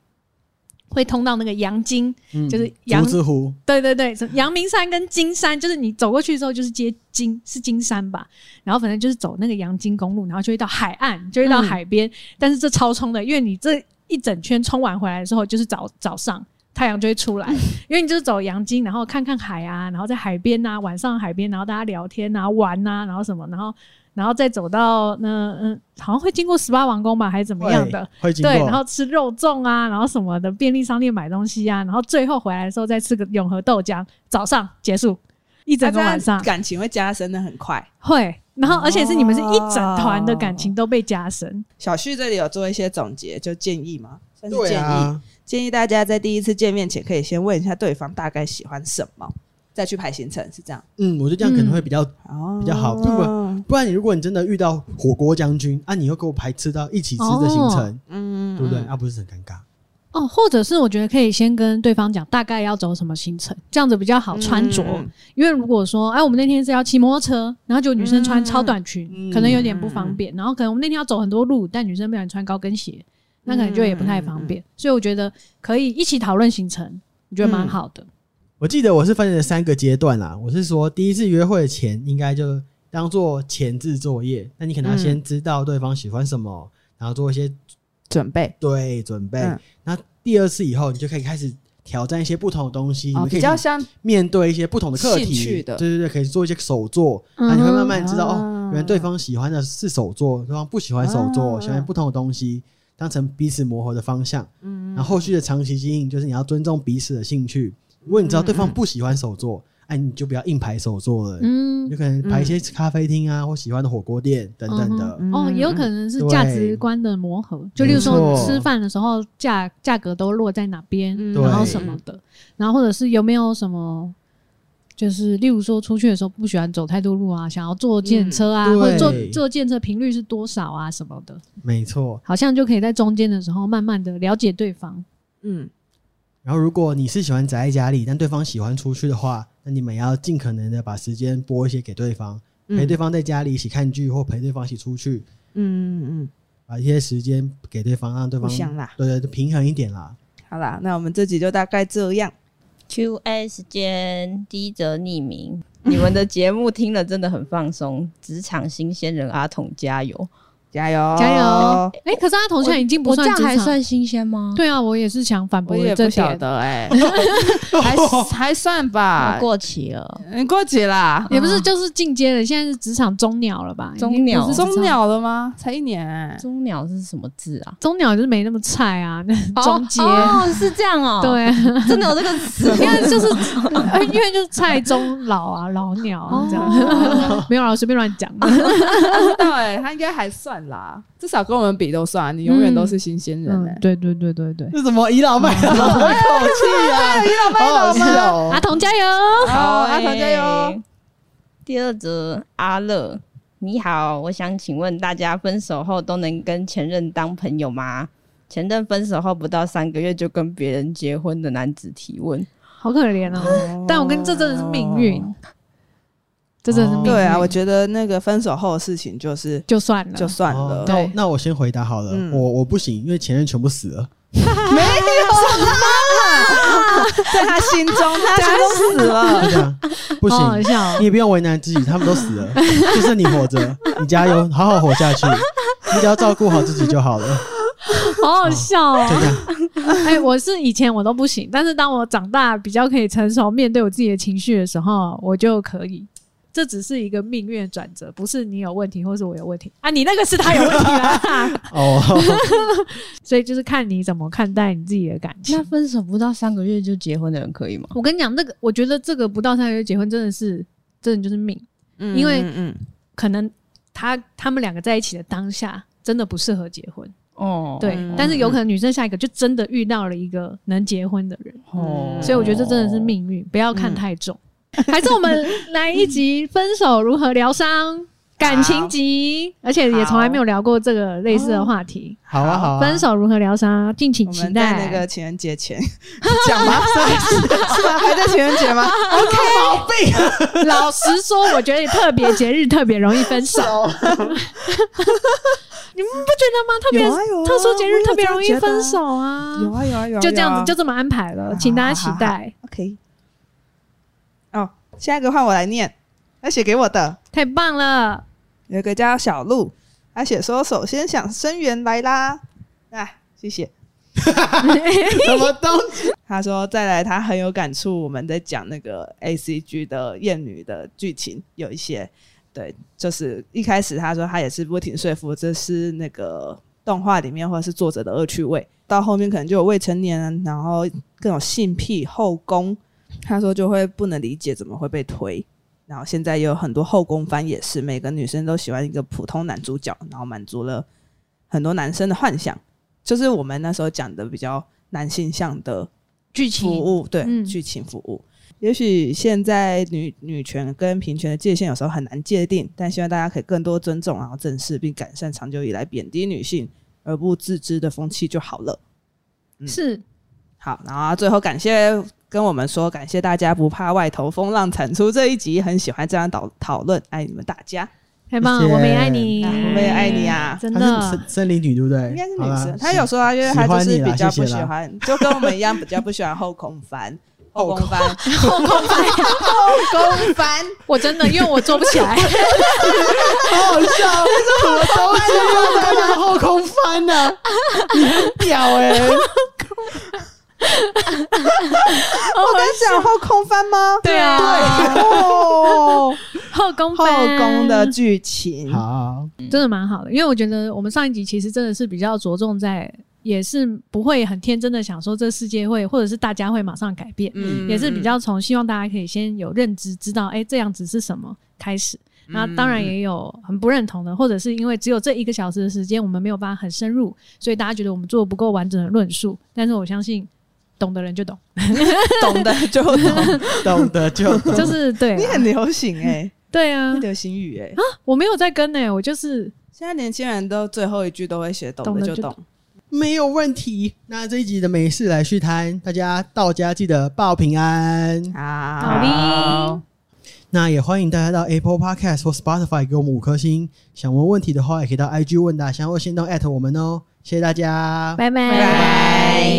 [SPEAKER 2] 会通到那个阳金，
[SPEAKER 3] 嗯
[SPEAKER 2] 就是羊
[SPEAKER 3] 竹子湖，
[SPEAKER 2] 对对对，什么阳明山跟金山，就是你走过去之后就是接金，是金山吧？然后反正就是走那个阳金公路，然后就会到海岸，就会到海边。但是这超冲的，因为你这一整圈冲完回来的时候，就是早早上太阳就会出来，因为你就是走阳金，然后看看海啊，然后在海边啊，晚上海边，然后大家聊天啊、玩啊，然后什么，然后然后再走到那嗯、好像会经过十八王宫吧，还是怎么样的？
[SPEAKER 3] 会经过，
[SPEAKER 2] 对，然后吃肉粽啊，然后什么的便利商店买东西啊，然后最后回来的时候再吃个永和豆浆，早上结束一整
[SPEAKER 1] 啊
[SPEAKER 2] 个
[SPEAKER 1] 这样
[SPEAKER 2] 晚上、
[SPEAKER 1] 感情会加深的很快。
[SPEAKER 2] 会，然后而且是你们是一整团的感情都被加深，
[SPEAKER 1] 小旭这里有做一些总结，就建议嘛，算是
[SPEAKER 3] 对
[SPEAKER 1] 建议，
[SPEAKER 3] 啊，
[SPEAKER 1] 建议大家在第一次见面前可以先问一下对方大概喜欢什么，再去排行程，是这样。
[SPEAKER 3] 嗯，我觉得这样可能会比较，
[SPEAKER 1] 哦
[SPEAKER 3] 比较好不
[SPEAKER 1] 嗯
[SPEAKER 3] 不然你如果你真的遇到火锅将军啊，你又给我排吃到一起吃的行程，
[SPEAKER 1] 嗯
[SPEAKER 3] 对不对？？啊，不是很尴尬？
[SPEAKER 2] 哦，或者是我觉得可以先跟对方讲大概要走什么行程，这样子比较好穿着。
[SPEAKER 1] 嗯
[SPEAKER 2] 因为如果说，哎，我们那天是要骑摩托车，然后就女生穿
[SPEAKER 1] 嗯
[SPEAKER 2] 超短裙，
[SPEAKER 3] 嗯
[SPEAKER 2] 可能有点不方便。然后可能我们那天要走很多路，但女生不想穿高跟鞋，那可能就也不太方便。所以我觉得可以一起讨论行程，我觉得蛮好的。
[SPEAKER 3] 我记得我是分成三个阶段啦。我是说，第一次约会前应该就当做前置作业，那你可能要
[SPEAKER 1] 嗯
[SPEAKER 3] 先知道对方喜欢什么，然后做一些
[SPEAKER 1] 准备
[SPEAKER 3] 对准备
[SPEAKER 1] 嗯。
[SPEAKER 3] 那、第二次以后，你就可以开始挑战一些不同的东西，你
[SPEAKER 1] 哦，
[SPEAKER 3] 们可
[SPEAKER 1] 比
[SPEAKER 3] 以
[SPEAKER 1] 较像
[SPEAKER 3] 面对一些不同的课
[SPEAKER 1] 兴
[SPEAKER 3] 题。
[SPEAKER 1] 趣的
[SPEAKER 3] 对对对，可以做一些手作，
[SPEAKER 2] 嗯
[SPEAKER 3] 那、你会慢慢知道、哦
[SPEAKER 1] 啊，
[SPEAKER 3] 原来对方喜欢的是手作，对方不喜欢手作，
[SPEAKER 1] 啊
[SPEAKER 3] 喜欢不同的东西。当成彼此磨合的方向，
[SPEAKER 1] 嗯
[SPEAKER 3] 嗯，然后后续的长期经营就是你要尊重彼此的兴趣。如果你知道对方不喜欢手作，哎、你就不要硬排手做了，
[SPEAKER 2] 嗯
[SPEAKER 3] 你就可能排一些咖啡厅啊、或喜欢的火锅店等等的。
[SPEAKER 1] 嗯
[SPEAKER 2] 哦，也有可能是价值观的磨合，就例如
[SPEAKER 3] 没
[SPEAKER 2] 说
[SPEAKER 3] 错
[SPEAKER 2] 吃饭的时候价价格都落在哪边，
[SPEAKER 1] 嗯
[SPEAKER 2] 然后
[SPEAKER 3] 对
[SPEAKER 2] 什么的，然后或者是有没有什么，就是例如说出去的时候不喜欢走太多路啊，想要坐电车啊，
[SPEAKER 3] 嗯
[SPEAKER 2] 或者坐
[SPEAKER 3] 对
[SPEAKER 2] 坐电车频率是多少啊什么的，
[SPEAKER 3] 没错。
[SPEAKER 2] 好像就可以在中间的时候慢慢的了解对方。
[SPEAKER 1] 嗯，
[SPEAKER 3] 然后，如果你是喜欢宅在家里，但对方喜欢出去的话，那你们也要尽可能的把时间拨一些给对方，
[SPEAKER 1] 嗯
[SPEAKER 3] 陪对方在家里一起看剧，或陪对方一起出去，
[SPEAKER 1] 嗯嗯
[SPEAKER 3] 把一些时间给对方，让对
[SPEAKER 1] 嗯，互
[SPEAKER 3] 方
[SPEAKER 1] 相啦。
[SPEAKER 3] 对对对平衡一点啦。
[SPEAKER 1] 好啦，那我们这集就大概这样。
[SPEAKER 4] Q&A 时间，第一则匿 名。你们的节目听了真的很放松，职场新鲜人阿童加油！
[SPEAKER 1] 加油，
[SPEAKER 2] 加油！哎、可是阿童现在已经不
[SPEAKER 4] 我这
[SPEAKER 2] 算
[SPEAKER 4] 样
[SPEAKER 2] 职
[SPEAKER 4] 还
[SPEAKER 2] 场，
[SPEAKER 4] 算新鲜吗？
[SPEAKER 2] 对啊，我也是想反
[SPEAKER 1] 我
[SPEAKER 2] 驳
[SPEAKER 1] 也
[SPEAKER 2] 这
[SPEAKER 1] 不
[SPEAKER 2] 点
[SPEAKER 1] 晓，得 哎、还还算吧
[SPEAKER 4] 我，过期了，
[SPEAKER 1] 嗯，过节啦，
[SPEAKER 2] 也不是就是进阶了，现在是职场中鸟了吧？已经
[SPEAKER 4] 嗯中鸟
[SPEAKER 2] 不是
[SPEAKER 1] 中鸟了吗？才一年、欸，
[SPEAKER 4] 中鸟是什么字啊？
[SPEAKER 2] 中鸟就是没那么菜啊，那 中阶。
[SPEAKER 4] 哦，是这样哦，，
[SPEAKER 2] 对啊，
[SPEAKER 4] 真的有这个 词
[SPEAKER 2] 因为就是因为就是菜中老啊，老鸟啊这样， 没有啊，随便乱讲。
[SPEAKER 1] 不知道哎、他应该还算啦，至少跟我们比都算，你永远都是新鲜人哎、
[SPEAKER 2] 嗯，对对对对对，
[SPEAKER 3] 这怎么倚老卖老的口气啊？倚老卖老好好笑
[SPEAKER 2] 阿
[SPEAKER 3] 哦！
[SPEAKER 2] 童加油！
[SPEAKER 1] 好，
[SPEAKER 4] 欸
[SPEAKER 1] 阿团加油！！
[SPEAKER 4] 第二则阿乐，你好，我想请问大家，分手后都能跟前任当朋友吗？前任分手后不到三个月就跟别人结婚的男子提问，
[SPEAKER 2] 好可怜哦，但我跟这真的是命运，这真的是命运。
[SPEAKER 1] 对啊，我觉得那个分手后的事情就是
[SPEAKER 2] 就算了，
[SPEAKER 1] 就算
[SPEAKER 3] 哦
[SPEAKER 1] 了，
[SPEAKER 3] 那
[SPEAKER 2] 对
[SPEAKER 3] 我那我先回答好了，
[SPEAKER 1] 嗯
[SPEAKER 3] 我我不行，因为前任全部死了。
[SPEAKER 1] 在他心中，他全都死了。
[SPEAKER 3] 就这 样，不
[SPEAKER 2] 好好
[SPEAKER 3] 行，
[SPEAKER 2] 笑哦。
[SPEAKER 3] 你也不用为难自己，他们都 死了，就剩你活着，你加油，好好活下去，你只要照顾好自己就好了。
[SPEAKER 2] 好好笑哦！
[SPEAKER 3] 就这样，
[SPEAKER 2] 哎，我是以前我都不行，但是当我长大比较可以成熟面对我自己的情绪的时候，我就可以。这只是一个命运的转折，不是你有问题，或是我有问题啊！你那个是他有问题 啦，
[SPEAKER 3] 哦，
[SPEAKER 2] 所以就是看你怎么看待你自己的感情
[SPEAKER 4] 那。分手不到三个月就结婚的人可以吗？
[SPEAKER 2] 我跟你讲，这个我觉得这个不到三个月结婚真的是，真的就是命。
[SPEAKER 1] 嗯
[SPEAKER 2] 因为
[SPEAKER 1] 嗯
[SPEAKER 2] 可能他他们两个在一起的当下，真的不适合结婚，
[SPEAKER 4] 哦，
[SPEAKER 2] 对。
[SPEAKER 1] 嗯
[SPEAKER 2] 但是有可能女生下一个就真的遇到了一个能结婚的人，
[SPEAKER 1] 嗯
[SPEAKER 4] 哦，
[SPEAKER 2] 所以我觉得这真的是命运，不要看太重。 还是我们来一集分手如何疗伤。感情集，而且也从来没有聊过这个类似的话题。
[SPEAKER 3] 好啊，好啊，
[SPEAKER 2] 分手如何疗伤，敬请
[SPEAKER 1] 我
[SPEAKER 2] 期
[SPEAKER 1] 们在
[SPEAKER 2] 待。
[SPEAKER 1] 那个情人节前讲吗？是是吗？还在情人节吗？
[SPEAKER 2] 老实说，我觉得特别节日特别容易 分手，
[SPEAKER 1] 啊
[SPEAKER 2] 你们不觉得吗？特别
[SPEAKER 1] 有啊有啊
[SPEAKER 2] 特殊节
[SPEAKER 1] 我
[SPEAKER 2] 日
[SPEAKER 1] 有
[SPEAKER 2] 特
[SPEAKER 1] 这
[SPEAKER 2] 别
[SPEAKER 1] 样
[SPEAKER 2] 容易
[SPEAKER 1] 觉得
[SPEAKER 2] 分
[SPEAKER 1] 啊
[SPEAKER 2] 手啊，
[SPEAKER 1] 有啊有啊有啊，
[SPEAKER 2] 就这样子，
[SPEAKER 1] 有
[SPEAKER 2] 就
[SPEAKER 1] 啊
[SPEAKER 2] 这么安排了，请大家期待。
[SPEAKER 1] OK。哦，下一个换我来念，他写给我的
[SPEAKER 2] 太棒了，
[SPEAKER 1] 有一个叫小鹿，他写说首先想声援来啦，哎，谢谢。
[SPEAKER 3] 什么 东西？
[SPEAKER 1] 他说再来，他很有感触。我们在讲那个 A C G 的艳女的剧情，有一些对，就是一开始他说他也是不停说服，这是那个动画里面或者是作者的恶趣味。到后面可能就有未成年人，然后各种性癖、后宫，他说就会不能理解怎么会被推。然后现在也有很多后宫番也是，每个女生都喜欢一个普通男主角，然后满足了很多男生的幻想。就是我们那时候讲的比较男性向的
[SPEAKER 2] 剧
[SPEAKER 1] 服务，对、
[SPEAKER 2] 嗯
[SPEAKER 1] 剧情服务。也许现在女女权跟平权的界限有时候很难界定，但希望大家可以更多尊重，然后正视并改善长久以来贬低女性而不自知的风气就好了。嗯
[SPEAKER 2] 是
[SPEAKER 1] 好，然后最后感谢跟我们说，感谢大家不怕外头风浪产出这一集，很喜欢这样讨讨论，爱你们大家，
[SPEAKER 2] 太棒了，
[SPEAKER 3] 谢谢
[SPEAKER 2] 我们也爱你，
[SPEAKER 1] 啊我们也爱你啊
[SPEAKER 2] 真
[SPEAKER 3] 她是
[SPEAKER 2] 的
[SPEAKER 3] 森森林女，对不对？
[SPEAKER 1] 应该是女
[SPEAKER 3] 好啦
[SPEAKER 1] 生，她有说啊，因为她就
[SPEAKER 3] 喜欢
[SPEAKER 1] 是
[SPEAKER 3] 你啦
[SPEAKER 1] 比较不
[SPEAKER 3] 谢
[SPEAKER 1] 喜
[SPEAKER 3] 谢啦
[SPEAKER 1] 欢， 就跟我们一样比较不喜欢后空 翻，后空翻，
[SPEAKER 2] 后空翻，
[SPEAKER 1] 后空翻。
[SPEAKER 2] 我真的因为我做不起来，
[SPEAKER 3] 好好笑，什么东西啊？在那后空翻呢、你很屌哎、
[SPEAKER 1] 我跟你讲后空翻吗？
[SPEAKER 2] 对啊
[SPEAKER 1] 哦，
[SPEAKER 2] 后宫
[SPEAKER 1] 后
[SPEAKER 2] 翻
[SPEAKER 1] 宫的剧情，
[SPEAKER 3] 好，
[SPEAKER 2] 真的蛮好的，因为我觉得我们上一集其实真的是比较着重在也是不会很天真的想说这世界会或者是大家会马上改变，
[SPEAKER 1] 嗯
[SPEAKER 2] 也是比较从希望大家可以先有认知，知道哎、诶这样子是什么开始。那当然也有很不认同的，或者是因为只有这一个小时的时间，我们没有办法很深入，所以大家觉得我们做得不够完整的论述。但是我相信懂的人就懂，
[SPEAKER 1] 懂的就懂，
[SPEAKER 3] 懂得就懂。
[SPEAKER 2] 就是对啊、
[SPEAKER 1] 你很流行 哎，
[SPEAKER 2] 对啊
[SPEAKER 1] 你，流行语哎，
[SPEAKER 2] 我没有在跟呢、欸我就是
[SPEAKER 1] 现在年轻人都最后一句都会写懂
[SPEAKER 2] 懂
[SPEAKER 1] 的
[SPEAKER 2] 的
[SPEAKER 1] 就
[SPEAKER 2] 就
[SPEAKER 1] 懂，
[SPEAKER 3] 没有问题。那这一集的美事来续摊，大家到家记得报平安。
[SPEAKER 1] 好
[SPEAKER 2] 好的，
[SPEAKER 3] 那也欢迎大家到 Apple Podcast 或 Spotify 给我们五颗星。想问问题的话，也可以到 IG 问答箱或线动 at 我们哦。谢谢大家，
[SPEAKER 2] 拜拜
[SPEAKER 1] 拜拜。